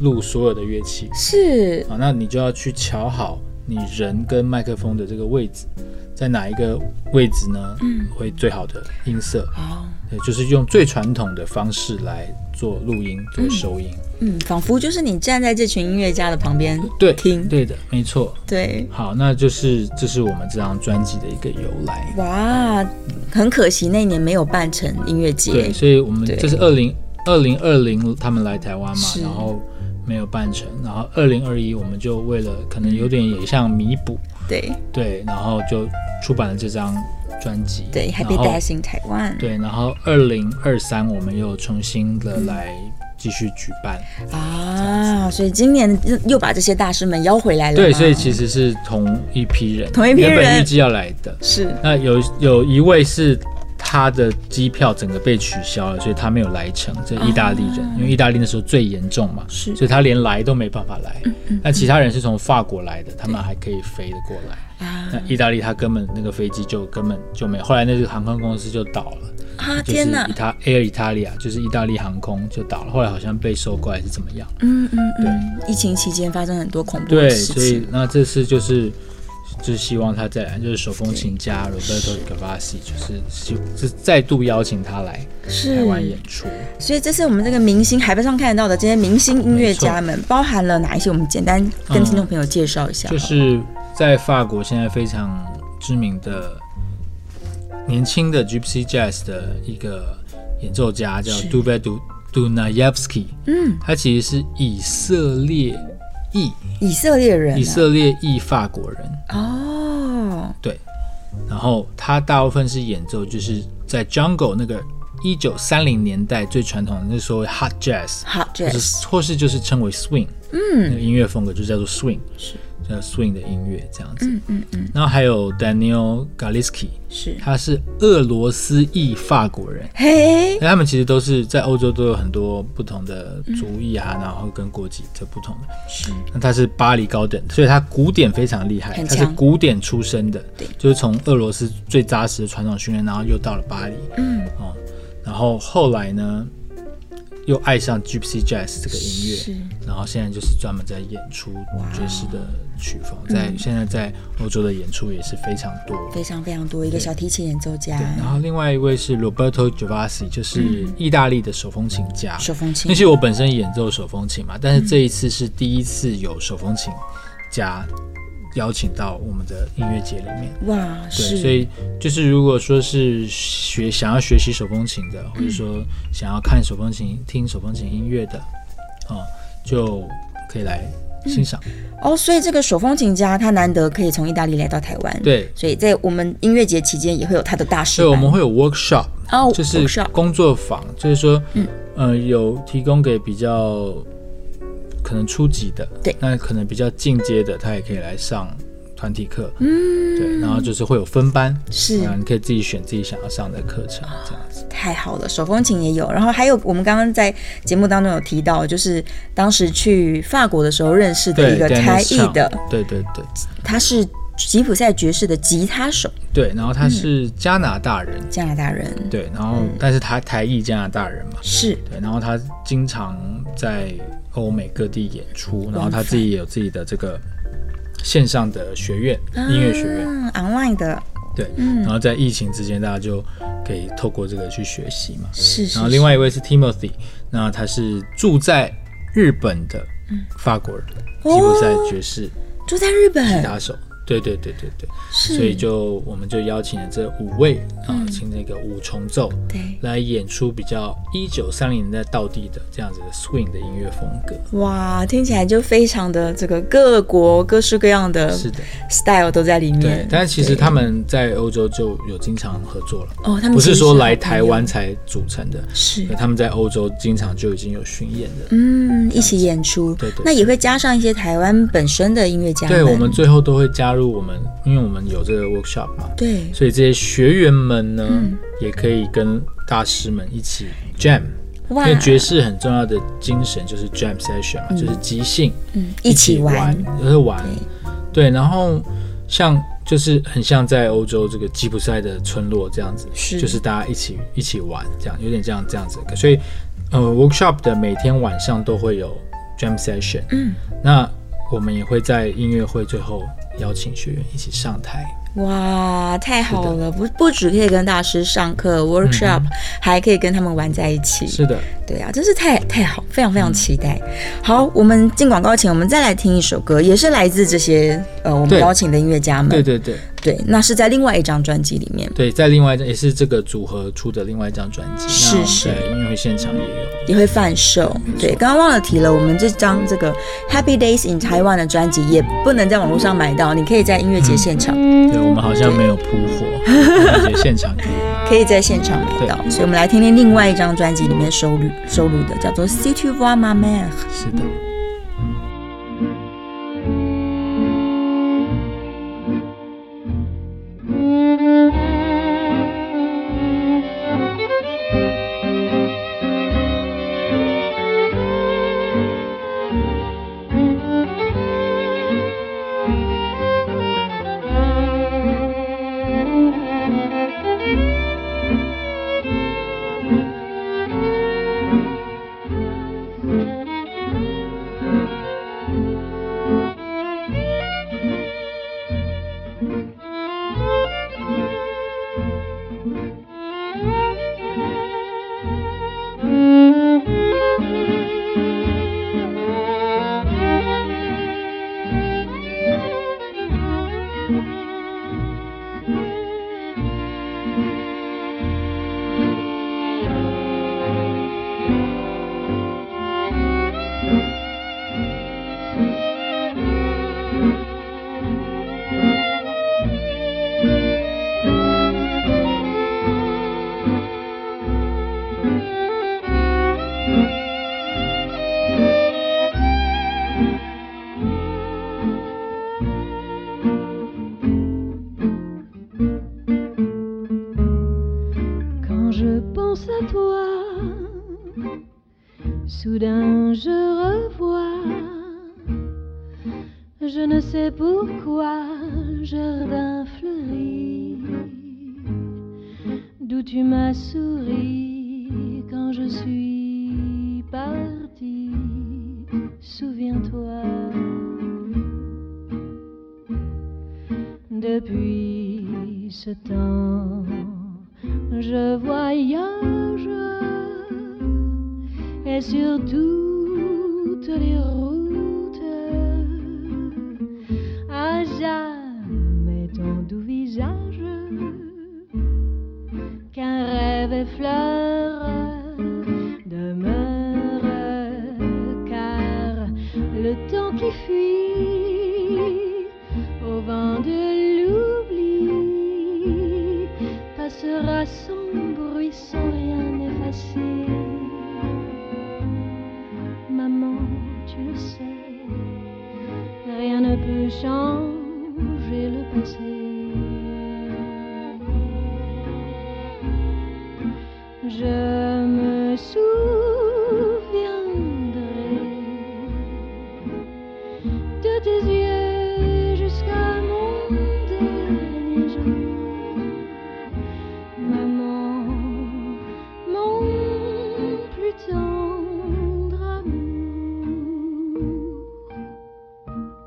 B: 录所有的乐器。
A: 是
B: 好，那你就要去瞧好你人跟麦克风的这个位置，在哪一个位置呢？嗯，会最好的音色。
A: 哦，
B: 对，就是用最传统的方式来做录音、做收音。
A: 嗯，仿佛就是你站在这群音乐家的旁边，
B: 对，
A: 听
B: 对的，没错。
A: 对，
B: 好，那就是这是我们这张专辑的一个由来。
A: 哇，很可惜那一年没有办成音乐节
B: 对，，所以我们
A: 对
B: 这是二零二零二零他们来台湾嘛
A: 是，
B: 然后没有办成，然后二零二一我们就为了可能有点也像弥补，
A: 对
B: 对，然后就出版了这张专辑。
A: 对
B: 然
A: ，Happy
B: 后
A: Days in Taiwan，
B: 对，然后二零二三我们又重新的来继续举办。
A: 啊，所以今年又又把这些大师们邀回来了吗，
B: 对，所以其实是同一批人，
A: 啊同一批
B: 原
A: 人
B: 本预计要来的。
A: 是
B: 那有有一位是他的机票整个被取消了，所以他没有来成。这意大利人，因为意大利那时候最严重嘛，
A: 哦是嗯
B: 所以他连来都没办法来。那其他人是从法国来的，他们还可以飞得过来。
A: 啊
B: 那意大利他根本那个飞机就根本就没有，后来那个航空公司就倒了。
A: 啊！
B: 就是
A: 天哪
B: 意，大 Air Italia 就是意大利航空就倒了，后来好像被收购还是怎么样？
A: 嗯嗯
B: 对
A: 嗯，疫情期间发生很多恐怖
B: 对，
A: 的事
B: 所以
A: 情，
B: 那这次就是就是希望他再来，就是手风琴家 Roberto Gavassi 就是希是再度邀请他来台
A: 是。
B: 湾演出。
A: 所以这是我们这个明星海报上看得到的这些明星音乐家们，包含了哪一些？我们简单跟
B: 嗯
A: 听众朋友介绍一下。
B: 就是在法国现在非常知名的年轻的 Gypsy Jazz 的一个演奏家叫
A: 是
B: Dube Du Dunayevsky，
A: 嗯，
B: 他其实是以色列裔，
A: 以色列人、啊，
B: 以色列裔法国人。
A: 哦，
B: 对，然后他大部分是演奏，就是在 Jungle 那个一九三零年代最传统的那所谓 Hot Jazz，
A: 好
B: 或
A: ，Jazz，
B: 是或是就是称为 Swing，嗯，那个音乐风格就叫做 Swing，
A: 是
B: 叫 Swing 的音乐这样子。
A: 嗯嗯嗯，
B: 然后还有 Daniel Galiski，
A: 是，
B: 他是俄罗斯裔法国人。
A: 嘿，
B: 那他们其实都是在欧洲都有很多不同的族裔啊，然后跟国籍这不同的。
A: 是
B: 那他是巴黎高等，所以他古典非常厉害，
A: 很
B: 他
A: 强
B: 是古典出身的，
A: 对
B: 就是从俄罗斯最扎实的传统训练，然后又到了巴黎，嗯，哦，然后后来呢，又爱上 Gypsy Jazz 这个音
A: 是
B: 乐，然后现在就是专门在演出爵士的曲风，在、
A: 嗯
B: 现在在欧洲的演出也是非常多，
A: 非常非常多一个小提琴演奏家
B: 对，，然后另外一位是 Roberto Gervasi，就是意大利的手风琴家，
A: 手风琴
B: 那，是我本身演奏手风琴嘛，但是这一次是第一次有手风琴家邀请到我们的音乐节里面。
A: 哇，
B: 对，所
A: 是，
B: 以就是如果说是学想要学习手风琴的，或
A: 嗯
B: 者说想要看手风琴、听手风琴音乐的，哦，就可以来欣赏。
A: 哦，所以这个手风琴家他难得可以从意大利来到台湾，，
B: 对，
A: 所以在我们音乐节期间也会有他的大师
B: 所以
A: 班，
B: 我们会有 workshop，
A: 哦，
B: 就是
A: 上
B: 工作坊，就是说，嗯，呃，有提供给比较可能初级的，
A: 对
B: 那可能比较进阶的，他也可以来上团体课，嗯，对，然后就是会有分班，
A: 是
B: 然后你可以自己选自己想要上的课程，这样子，
A: 太好了，手风琴也有，然后还有我们刚刚在节目当中有提到，就是当时去法国的时候认识的
B: 对
A: 一个
B: ，Dennis
A: 才艺的，
B: Chang，对对对
A: 他是吉普赛爵士的吉他手，
B: 对，然后
A: 嗯
B: 他是加拿大人，
A: 加拿大人，
B: 对，
A: 嗯
B: 然后但是他台裔加拿大人嘛，
A: 是
B: 对，然后他经常在欧美各地演出，然后
A: 往
B: 他
A: 返
B: 自己也有自己的这个线上的学院，音乐学院，
A: 啊，online 嗯的，
B: 对，然后在疫情之间，大家就可以透过这个去学习嘛。
A: 是是，
B: 然后另外一位是 Timothy，那他是住在日本的
A: 嗯
B: 法国人，
A: 哦
B: 吉普赛爵士
A: 是住在日
B: 吉
A: 本，
B: 他手。对对对对对，
A: 是，嗯
B: 所以就我们就邀请了这五位啊，请那个五重奏，
A: 对，
B: 来演出比较一九三零年代到地的这样子的 swing 的音乐风格。
A: 嗯哇，听起来就非常的这个各国各式各样的
B: 是的，
A: style 都在里
B: 对
A: 面，。
B: 但是其实他们在欧洲就有经常合作了，
A: 哦，他们
B: 不是
A: 其实
B: 说
A: 好
B: 来
A: 朋
B: 台
A: 友
B: 湾才组成的，
A: 是
B: 对他们在欧洲经常就已经有巡演的。
A: 嗯，一起演出，
B: 对对
A: 那也会加上一些台湾本身的音乐家
B: 对我们最后都会加入我们，因为我们有这个 workshop 嘛，
A: 对嗯
B: 所以这些学员们呢，也可以跟大师们一起 jam。因
A: 哇
B: 为爵士很重要的精神就是 jam session 嘛，就是即兴，
A: 嗯一起玩，
B: 就是玩，对，然后像就是很像在欧洲这个吉普赛的村落这样子，
A: 是
B: 就是大家一起一起玩，这样有点这样这样子的感觉，所以呃 workshop 的每天晚上都会有 jam session，嗯，那我们也会在音乐会最后邀请学员一起上台，
A: 哇，太好了！不不只可以跟大师上课 workshop，、还可以跟他们玩在一起。
B: 嗯是嗯的，
A: 对啊，真是太太好，非常非常期待。好，我们进广告前，我们再来听一首歌，也是来自这些呃我们
B: 对
A: 邀请的音乐家们。
B: 对对对
A: 对那是在另外一张专辑里面
B: 对，在另外一张也是这个组合出的另外一张专辑，
A: 是
B: 那
A: 是
B: 在音乐会现场也有，
A: 也会贩售。对，刚刚忘了提了，我们这张这个 Happy Days in Taiwan 的专辑也不能在网络上买到，你可以在音乐节现场，
B: 对我们好像没有铺货，而且现场可以。
A: 可以在现场买到。所以我们来听听另外一张专辑里面收录收录的，叫做《Si tu vois ma mère》。
B: 是的。
C: 啊
D: Soudain je revois, je ne sais pourquoi, jardin fleuri, d'où tu m'as souri quand je suis partie. Souviens-toi, depuis ce temps, je voyage et sur toutes les routes, à jamais ton doux visage, qu'un rêve effleure demeure, car le temps qui fuit au vent de l'oubli passera sans bruit, sans rien effacer. Maman, tu le sais, rien ne peut changer le passé. Je me souviendrai de tes yeux jusqu'à mon dernier jour. Maman, mon plus tendre amour.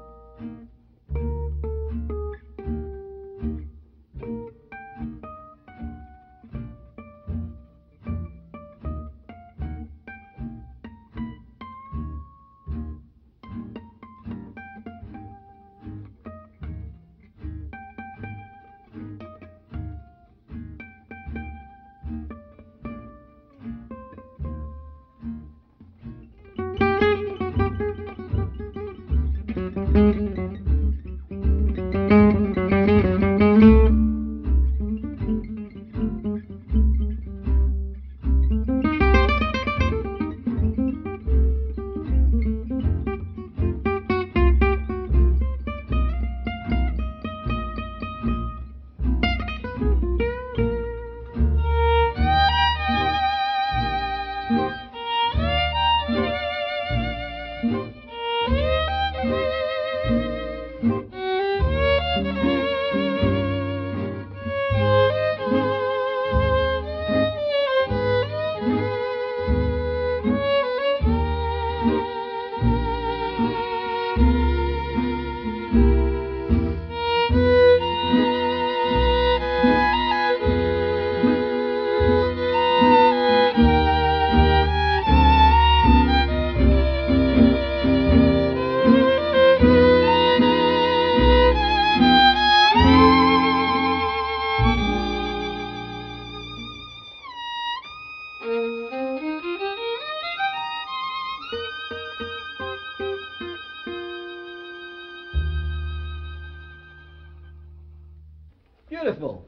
E: Beautiful.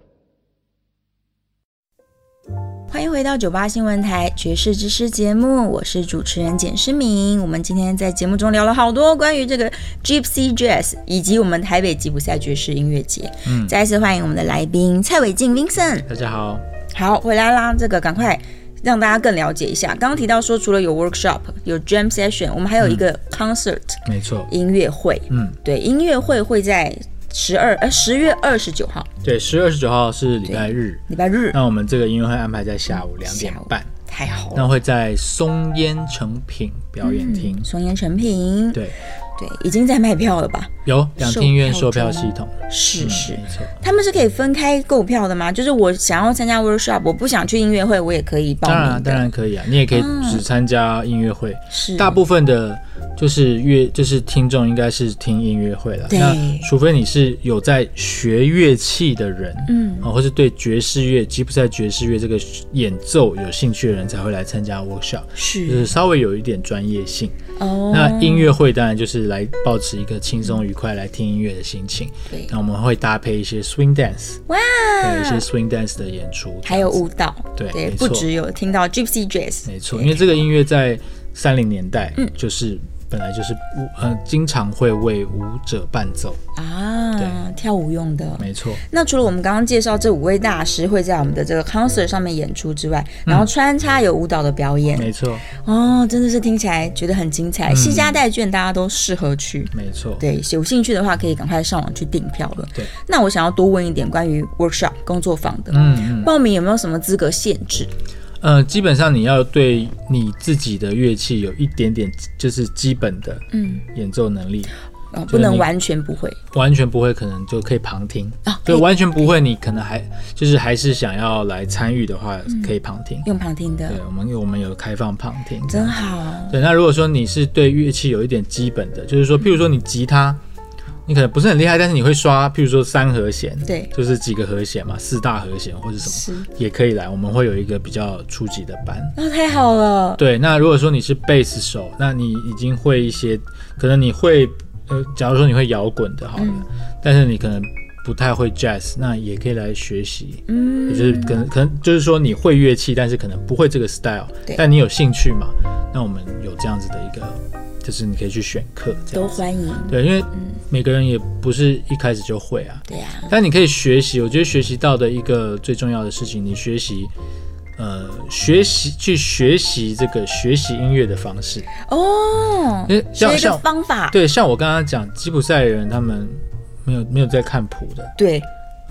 A: 欢迎回到九八新闻台《爵士之师》节目，我是主持人简诗明。我们今天在节目中聊了好多关于这个 Gypsy Jazz 以及我们台北吉普赛爵士音乐节。
B: 嗯
A: 再一次欢迎我们的来宾蔡伟静 Vincent。
B: 大家好，
A: 好，回来啦，这个赶快让大家更了解一下。刚刚提到说，除了有 workshop、有 jam session，我们还有一个 concert、
B: 没错，
A: 音乐会。
B: 嗯，
A: 对，音乐会会在十二呃十月二十九号
B: 对，十月二十九号是礼拜日，
A: 礼拜日，
B: 那我们这个音乐会安排在下午两点半，
A: 太好了。
B: 那会在松烟成品表演厅，
A: 松烟成品，
B: 对，
A: 对，已经在卖票了吧？
B: 有两厅院售票
A: 售
B: 系统，
A: 是
B: 嗯
A: 是，
B: 没错。
A: 他们是可以分开购票的吗？就是我想要参加 workshop，我不想去音乐会，我也可以报
B: 当
A: 名
B: 然，
A: 的。
B: 当然可以啊，你也可以
A: 嗯
B: 只参加音乐会。
A: 是
B: 大部分的，就是乐，就是听众应该是听音乐会了。
A: 对
B: 那除非你是有在学乐器的人，
A: 嗯
B: 啊，或是对爵士乐、吉普赛爵士乐这个演奏有兴趣的人，才会来参加 workshop，就是是稍微有一点专业性。
A: 哦，
B: 那音乐会当然就是来保持一个轻松愉快来听音乐的心情。
A: 对
B: 那我们会搭配一些 swing dance，
A: 哇，
B: 对一些 swing dance 的演出，
A: 还有舞蹈，
B: 对没
A: 不
B: 错
A: 只有听到 Gypsy Jazz，
B: 没错，因为这个音乐在三零年代，
A: 嗯
B: 就是本来就是舞呃经常会为舞者伴奏，
A: 啊，
B: 对
A: 跳舞用的。
B: 没错。
A: 那除了我们刚刚介绍这五位大师会在我们的这个 concert 上面演出之外，
B: 嗯
A: 然后穿插有舞蹈的表演，
B: 没错，
A: 哦，真的是听起来觉得很精
B: 嗯
A: 彩，惜家带卷，大家都适合去。
B: 没错。
A: 对，有兴趣的话可以赶快上网去订票了。
B: 对，
A: 那我想要多问一点关于 workshop 工作坊的，
B: 嗯嗯，
A: 报名有没有什么资格限制？
B: 呃，基本上你要对你自己的乐器有一点点就是基本的
A: 嗯，
B: 演奏能力，
A: 呃，
B: 是
A: 不能
B: 你
A: 完全不会
B: 完全不会可能就可以旁听，
A: 啊，可
B: 对，
A: 以
B: 完全不会，你可能还就是还是想要来参与的话，
A: 嗯
B: 可以旁听。
A: 用旁听的
B: 对，，我们有我们有开放旁听，这
A: 真
B: 样。
A: 好。哦
B: 对，那如果说你是对乐器有一点基本的，就是
A: 嗯
B: 说，譬如说你吉他，你可能不是很厉害，但是你会刷，譬如说三和弦，
A: 对
B: 就是几个和弦嘛，四大和弦或者什
A: 是
B: 么，也可以来。我们会有一个比较初级的班。
A: 那太好了，
B: 对，那如果说你是贝斯手，那你已经会一些，可能你会，呃，假如说你会摇滚的，好了，
A: 嗯
B: 但是你可能不太会 jazz，那也可以来学习。也
A: 嗯，
B: 就是可能可能就是说你会乐器，但是可能不会这个 style，
A: 对
B: 但你有兴趣嘛？那我们有这样子的一个，就是你可以去选课这
A: 都嗯
B: 样子。
A: 欢迎。
B: 对，因为每个人也不是一开始就会啊，
A: 对呀、
B: 但你可以学习。我觉得学习到的一个最重要的事情，你学习，呃，学习去学习这个学习音乐的方式。
A: 哦，
B: 因为
A: 学
B: 像
A: 一个
B: 像
A: 方法，
B: 对，像我刚刚讲吉普赛人他们没有没有在看谱的，
A: 对，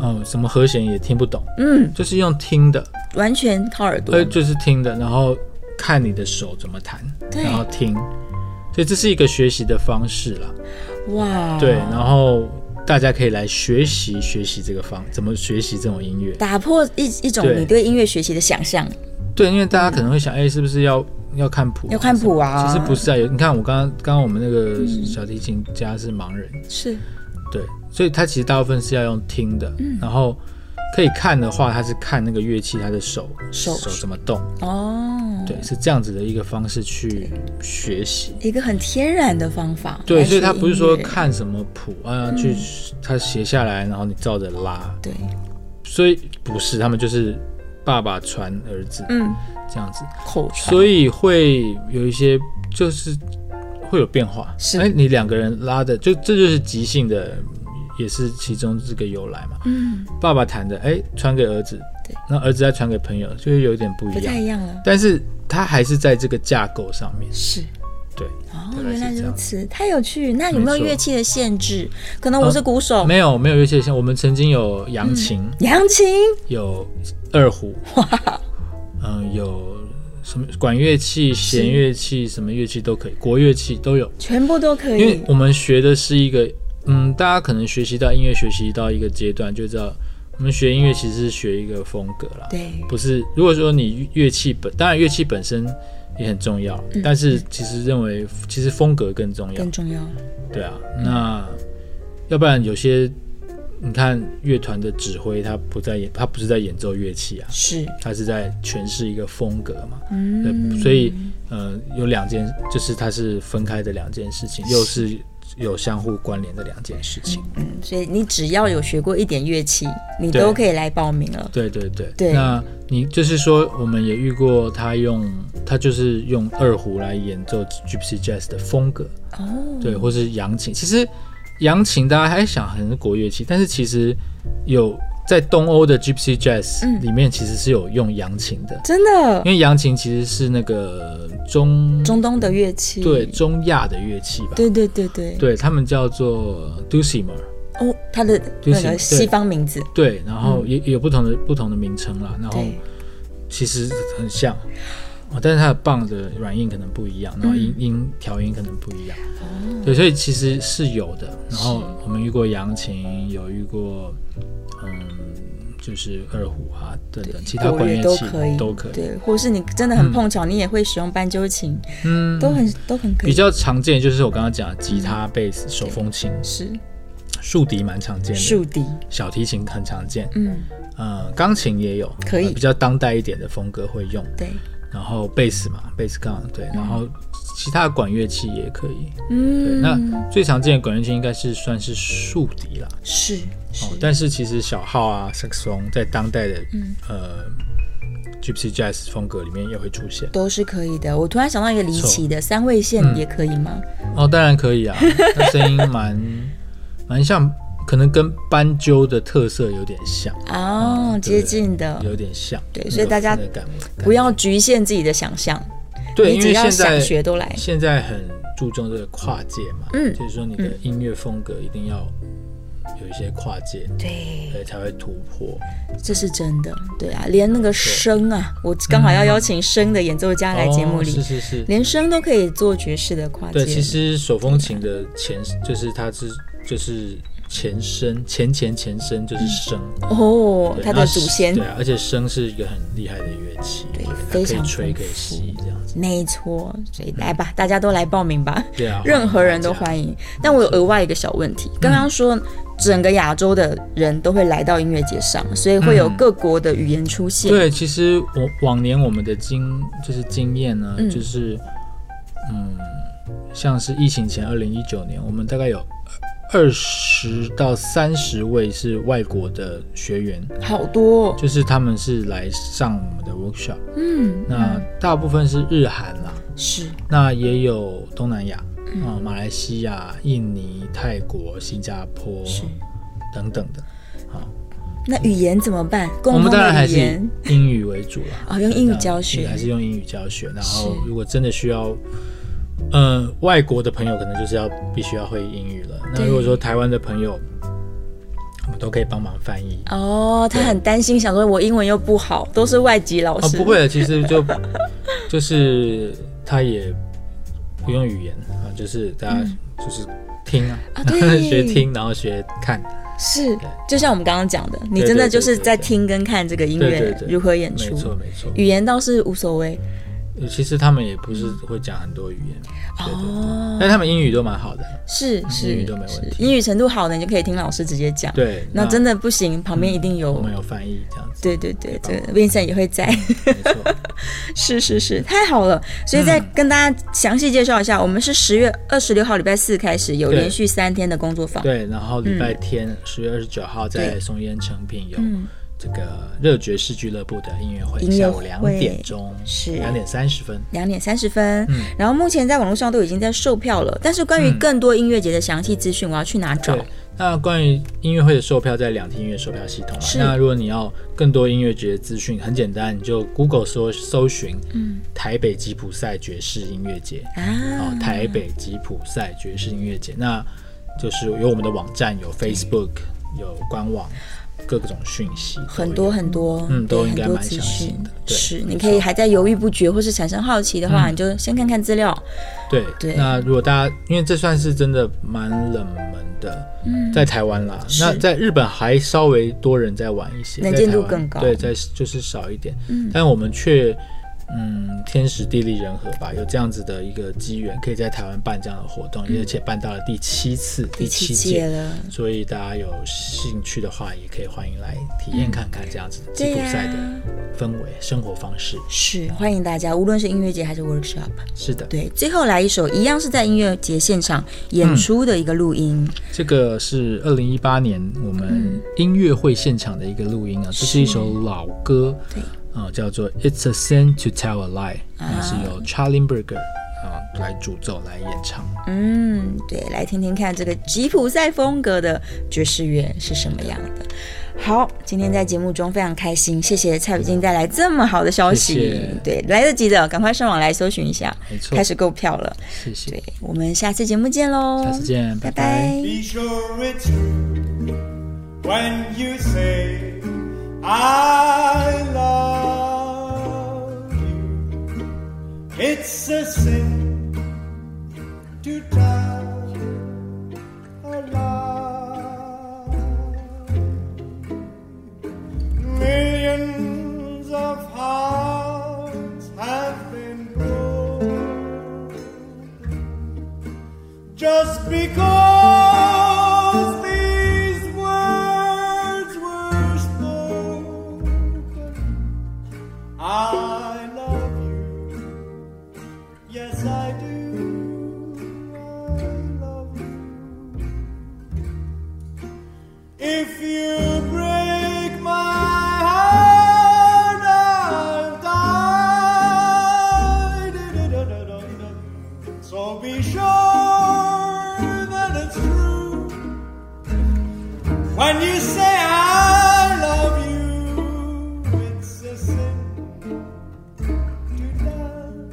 B: 嗯，什么和弦也听不懂，
A: 嗯，
B: 就是用听的。
A: 完全靠耳朵
B: 呃，，就是听的，然后看你的手怎么弹，
A: 对
B: 然后听，所以这是一个学习的方式啦。
A: 哇，
B: 对，然后大家可以来学习学习这个方，怎么学习这种音乐。
A: 打破一一种
B: 对
A: 你对音乐学习的想象，
B: 对，因为大家可能会想，哎、是不是要要看谱？
A: 嗯要看谱啊嗯
B: 其实不是啊，有你看我刚刚刚刚我们那个小提琴家是盲人，
A: 是
B: 对，所以他其实大部分是要用听的，
A: 嗯
B: 然后。可以看的话，他是看那个乐器，他的手
A: 手
B: 手怎么动，
A: 哦，
B: 对，是这样子的一个方式去学习。
A: 一个很天然的方法，
B: 对，
A: 来学
B: 所以他不是说
A: 音乐嗯
B: 看什么谱啊，去他写下来，然后你照着拉，
A: 对，
B: 所以不是他们就是爸爸传儿子
A: 嗯，
B: 这样子，
A: 口传，
B: 所以会有一些就是会有变化。
A: 是
B: 哎，你两个人拉的，就这就是即兴的，也是其中这个由来嘛。
A: 嗯，
B: 爸爸弹的，哎，传给儿子
A: 对，
B: 那儿子再传给朋友，就会有一点不
A: 不
B: 一
A: 太
B: 样。
A: 一样了，
B: 但是他还是在这个架构上面，
A: 是。
B: 对。
A: 哦，
B: 大概
A: 原
B: 是
A: 来
B: 这
A: 如
B: 样
A: 此，太有趣。那有没有
B: 没错呃
A: 乐器的限制？可能我是鼓手，
B: 没有没有乐器的线，我们曾经有扬琴，
A: 扬琴，
B: 有二胡，嗯，有什么管乐器、弦乐器，什么乐器都可以，国乐器都有。
A: 全部都可
B: 因为
A: 以。
B: 我们学的是一个，嗯，大家可能学习到音乐学习到一个阶段，就知道我们学音乐其实是学一个风格啦，
A: 对，
B: 不是。如果说你乐器本，当然乐器本身也很重要，但是其实认为其实风格更重要
A: 嗯更，重要。嗯
B: 对啊，那要不然有些。你看乐团的指挥，他不在演，他不是在演奏乐器啊，
A: 是，
B: 它是在诠释一个风格嘛，
A: 嗯
B: 对，，所以呃有两件，就是它是分开的两件事情，又是有相互关联的两件事情。
A: 嗯所以你只要有学过一点乐器，你
B: 对
A: 都可以来报名了。
B: 对对对，
A: 对
B: 那你就是说，我们也遇过他用，他就是用二胡来演奏 Gypsy Jazz 的风格，
A: 哦，
B: 对，或是扬琴。其实扬琴大家还想很是国乐器，但是其实有在东欧的 Gypsy Jazz
A: 嗯
B: 里面其实是有用扬琴的，
A: 真的，
B: 因为扬琴其实是那个中
A: 中东的乐器，
B: 对中亚的乐器吧，
A: 嗯对对对对，
B: 对他们叫做 Dusimer，
A: 哦，它的
B: 就
A: 那
B: 是
A: 个
B: 对
A: 西方名字，
B: 对，然后也也有不同的不同的名称啦，然后
A: 嗯对，
B: 其实很像，哦但是它的棒的软硬可能不一样，
A: 嗯
B: 然后音音调音可能不一样，
A: 哦
B: 对，所以其实是有的。然后我们遇过扬琴，有遇过嗯，就是二胡啊等等，其他
A: 国
B: 管
A: 乐
B: 乐
A: 都
B: 器
A: 可以，
B: 都可以，
A: 对，或是你真的很碰巧，你也会使用斑鸠琴，
B: 嗯，
A: 都很都很可以，嗯
B: 比较常见就是我刚刚讲的吉他、贝斯、手风琴、
A: 是
B: 竖笛蛮常见的，
A: 竖笛，
B: 小提琴很常见，
A: 嗯，
B: 呃，钢琴也有，
A: 可以
B: 呃比较当代一点的风格会用，
A: 对，
B: 然后贝斯嘛，贝斯杠，对，然后其他的管乐器也可以，对，
A: 嗯，
B: 那最常见的管乐器应该是算是竖笛啦，哦
A: 是是嗯
B: 哦，但是其实小号啊、saxophone 在当代的、呃 Gypsy Jazz 风格里面也会出现。
A: 都是可以的。我突然想到一个离奇的，三味
B: 嗯
A: 线也可以吗？
B: 哦，当然可
A: [LAUGHS]
B: 以啊，那声音蛮蛮像，可能跟斑鸠的特色有点像，
A: 哦，
B: 嗯
A: 接近的，
B: 有点像。
A: 哦对
B: 那
A: 所以
B: 个
A: 大家
B: 氛围感感
A: 不要局限自己的想象。
B: 对，
A: 你
B: 因
A: 只
B: 为
A: 要
B: 现
A: 想
B: 在
A: 学都来
B: 现在很注重这个跨界嘛，
A: 嗯
B: 就是说你的音乐风格一定要有一些跨界，
A: 对，
B: 对，才会突破。
A: 这是真的。对啊，连那个笙啊，我刚好要邀请笙的演奏家来节目
B: 嗯哦
A: 里，
B: 是是是，
A: 连笙都可以做爵士的跨界。
B: 对，其实手风琴的前就是它是就是前身前前前身就是笙，
A: 哦，
B: 对
A: 他
B: 那
A: 的祖先
B: 对啊，而且笙是一个很厉害的乐器，
A: 对
B: 它
A: 非常
B: 可以吹
A: 丰
B: 可以吸这样子，
A: 没错，所以来吧，大家都来报名吧，
B: 对啊，
A: 任何人都
B: 迎
A: 欢迎。但我有额外一个小问题，刚刚说整个亚洲的人都会来到音乐节上，所以会有
B: 嗯
A: 各国的语言出现。
B: 对，其实我往年我们的经就是经验呢，
A: 嗯
B: 就是嗯，像是疫情前二零一九年，我们大概有二十到三十位是外国的学员，
A: 好多哦，
B: 就是他们是来上我们的 workshop，
A: 嗯，
B: 那大部分是日韩啦，
A: 是
B: 那也有东南亚。
A: 嗯
B: 啊、马来西亚、印尼、泰国、新加坡
A: 是
B: 等等的，
A: 那语言怎么办？
B: 我
A: 共
B: 们
A: 同
B: 当然还
A: 的语
B: 是以
A: 言
B: 英语为主啦。
A: 哦用英语教学
B: 对还是用英语教学。然后
A: 是
B: 如果真的需要，呃，外国的朋友可能就是要必须要会英语了。那
A: 对
B: 如果说台湾的朋友，我们都可以帮忙翻译。
A: 哦，他很担心，想说我英文又不好，都是外籍老
B: 哦，
A: 师。
B: 不会，其实就 [LAUGHS] 就是他也不用语言啊，就是大家就是听啊，
A: 嗯啊对
B: [LAUGHS] 学听，然后学看，
A: 是，就像我们刚刚讲的，你
B: 对
A: 真的
B: 对对
A: 就是
B: 对
A: 在
B: 对
A: 听跟看这个音
B: 对对
A: 乐
B: 对，
A: 如何演
B: 没
A: 出。
B: 错没错。
A: 语言倒是无所谓
B: 呃其实他们也不是会讲很多语言，对对对，
A: 嗯哦，
B: 但他们英语都蛮好的。
A: 是是
B: 嗯英语都没问
A: 是
B: 题
A: 英语程度好的你就可以听老师直接讲。，
B: 对，嗯
A: 那真的不行，旁边一定有
B: 我们有翻译这样子，
A: 对对对，这个 Vincent 也会在，
B: 没错。
A: [LAUGHS] 是是是，太好了！所以再跟大家详细介绍一下，我们是十月二十六号礼拜四开始有
B: 对
A: 连续三天的工作坊，
B: 对，然后礼拜天十月二十九号在
A: 嗯对
B: 松烟成品有
A: 嗯
B: 这个热爵士俱乐部的音乐会，
A: 音乐
B: 下午两
A: 会
B: 点钟，
A: 是
B: 两点三十分。
A: 两点三十分
B: 嗯。
A: 然后目前在网络上都已经在售票了，但是关于
B: 嗯
A: 更多音乐节的详细资讯，我要去哪找
B: 对？，那关于音乐会的售票，在两厅音乐售票系统啊。
A: 是
B: 那如果你要更多音乐节的资讯，很简单，你就 Google 搜搜寻，
A: 嗯
B: 台北吉普赛爵士音乐节，
A: 啊
B: 哦，，台北吉普赛爵士音乐节，那就是有我们的网站，有 Facebook，有官网，各种讯息，
A: 很多。很多，
B: 嗯
A: 对
B: 都应
A: 很
B: 该
A: 多
B: 蛮
A: 资
B: 详
A: 讯
B: 细的对
A: 是，你可以还在犹豫不决或是产生好奇的话，
B: 嗯
A: 你就先看看资料。
B: 对，
A: 对
B: 那如果大家，因为这算是真的蛮冷门的，在台湾啦，
A: 嗯是
B: 那在日本还稍微多人在玩一些，
A: 能
B: 在
A: 见度
B: 台湾
A: 更高
B: 对，在就是少一点，但我们却。嗯，天时地利人和吧，有这样子的一个机缘，可以在台湾办这样的活动，而且办到了第七次、
A: 嗯第
B: 七
A: 七
B: 届
A: 届了，
B: 所以大家有兴趣的话，也可以欢迎来体验看看这样子的吉
A: 对
B: 普
A: 呀
B: 赛的氛围、生活方式。
A: 是欢迎大家，无论是音乐节还是 workshop。
B: 是的，
A: 对，最后来一首一样是在音乐节现场演出的一个录音，
B: 这个是二零一八年我们音乐会现场的一个录音啊，这是一首老歌，
A: 对
B: 啊、叫做《It's a Sin to Tell a Lie》，啊，是由 Charlie Burger 啊来主奏来演唱。
A: 嗯，对，来听听看这个吉普赛风格的爵士乐是什么样的。好，今天在节目中非常开心，谢谢蔡北京带来这么好的消息。
B: 谢谢
A: 对，来得及的，赶快上网来搜寻一下，
B: 没错
A: 开，始购票了。
B: 谢谢
A: 对，，我们下次节目见喽，
B: 下次见，
A: 拜
B: 拜拜
E: Be sure it's true when you say I love you. It's a sin to tell a lie. Millions of hearts have been broken just because these words were spoken. I love you. Yes, I do. I love you. If you break my heart, I'll When you say I love you, it's a sin to love.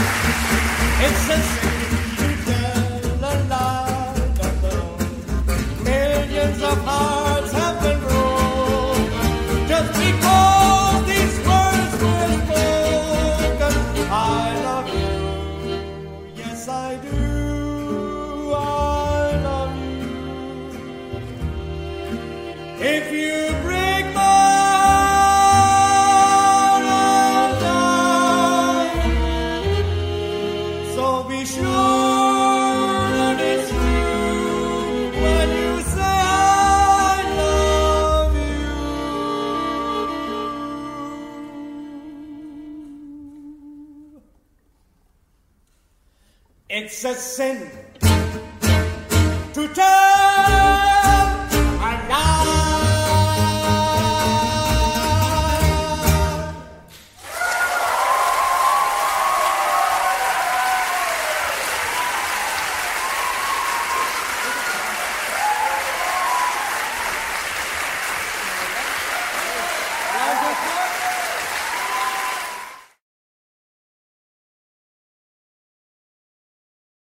E: It's a sin to tell a lie. Dun, dun, dun. Millions of hearts have been broken just because these words were spoken. I love you, yes I do. I love you. If you break my heart, I so be sure that it's true when you say I love you. It's a sin to tell.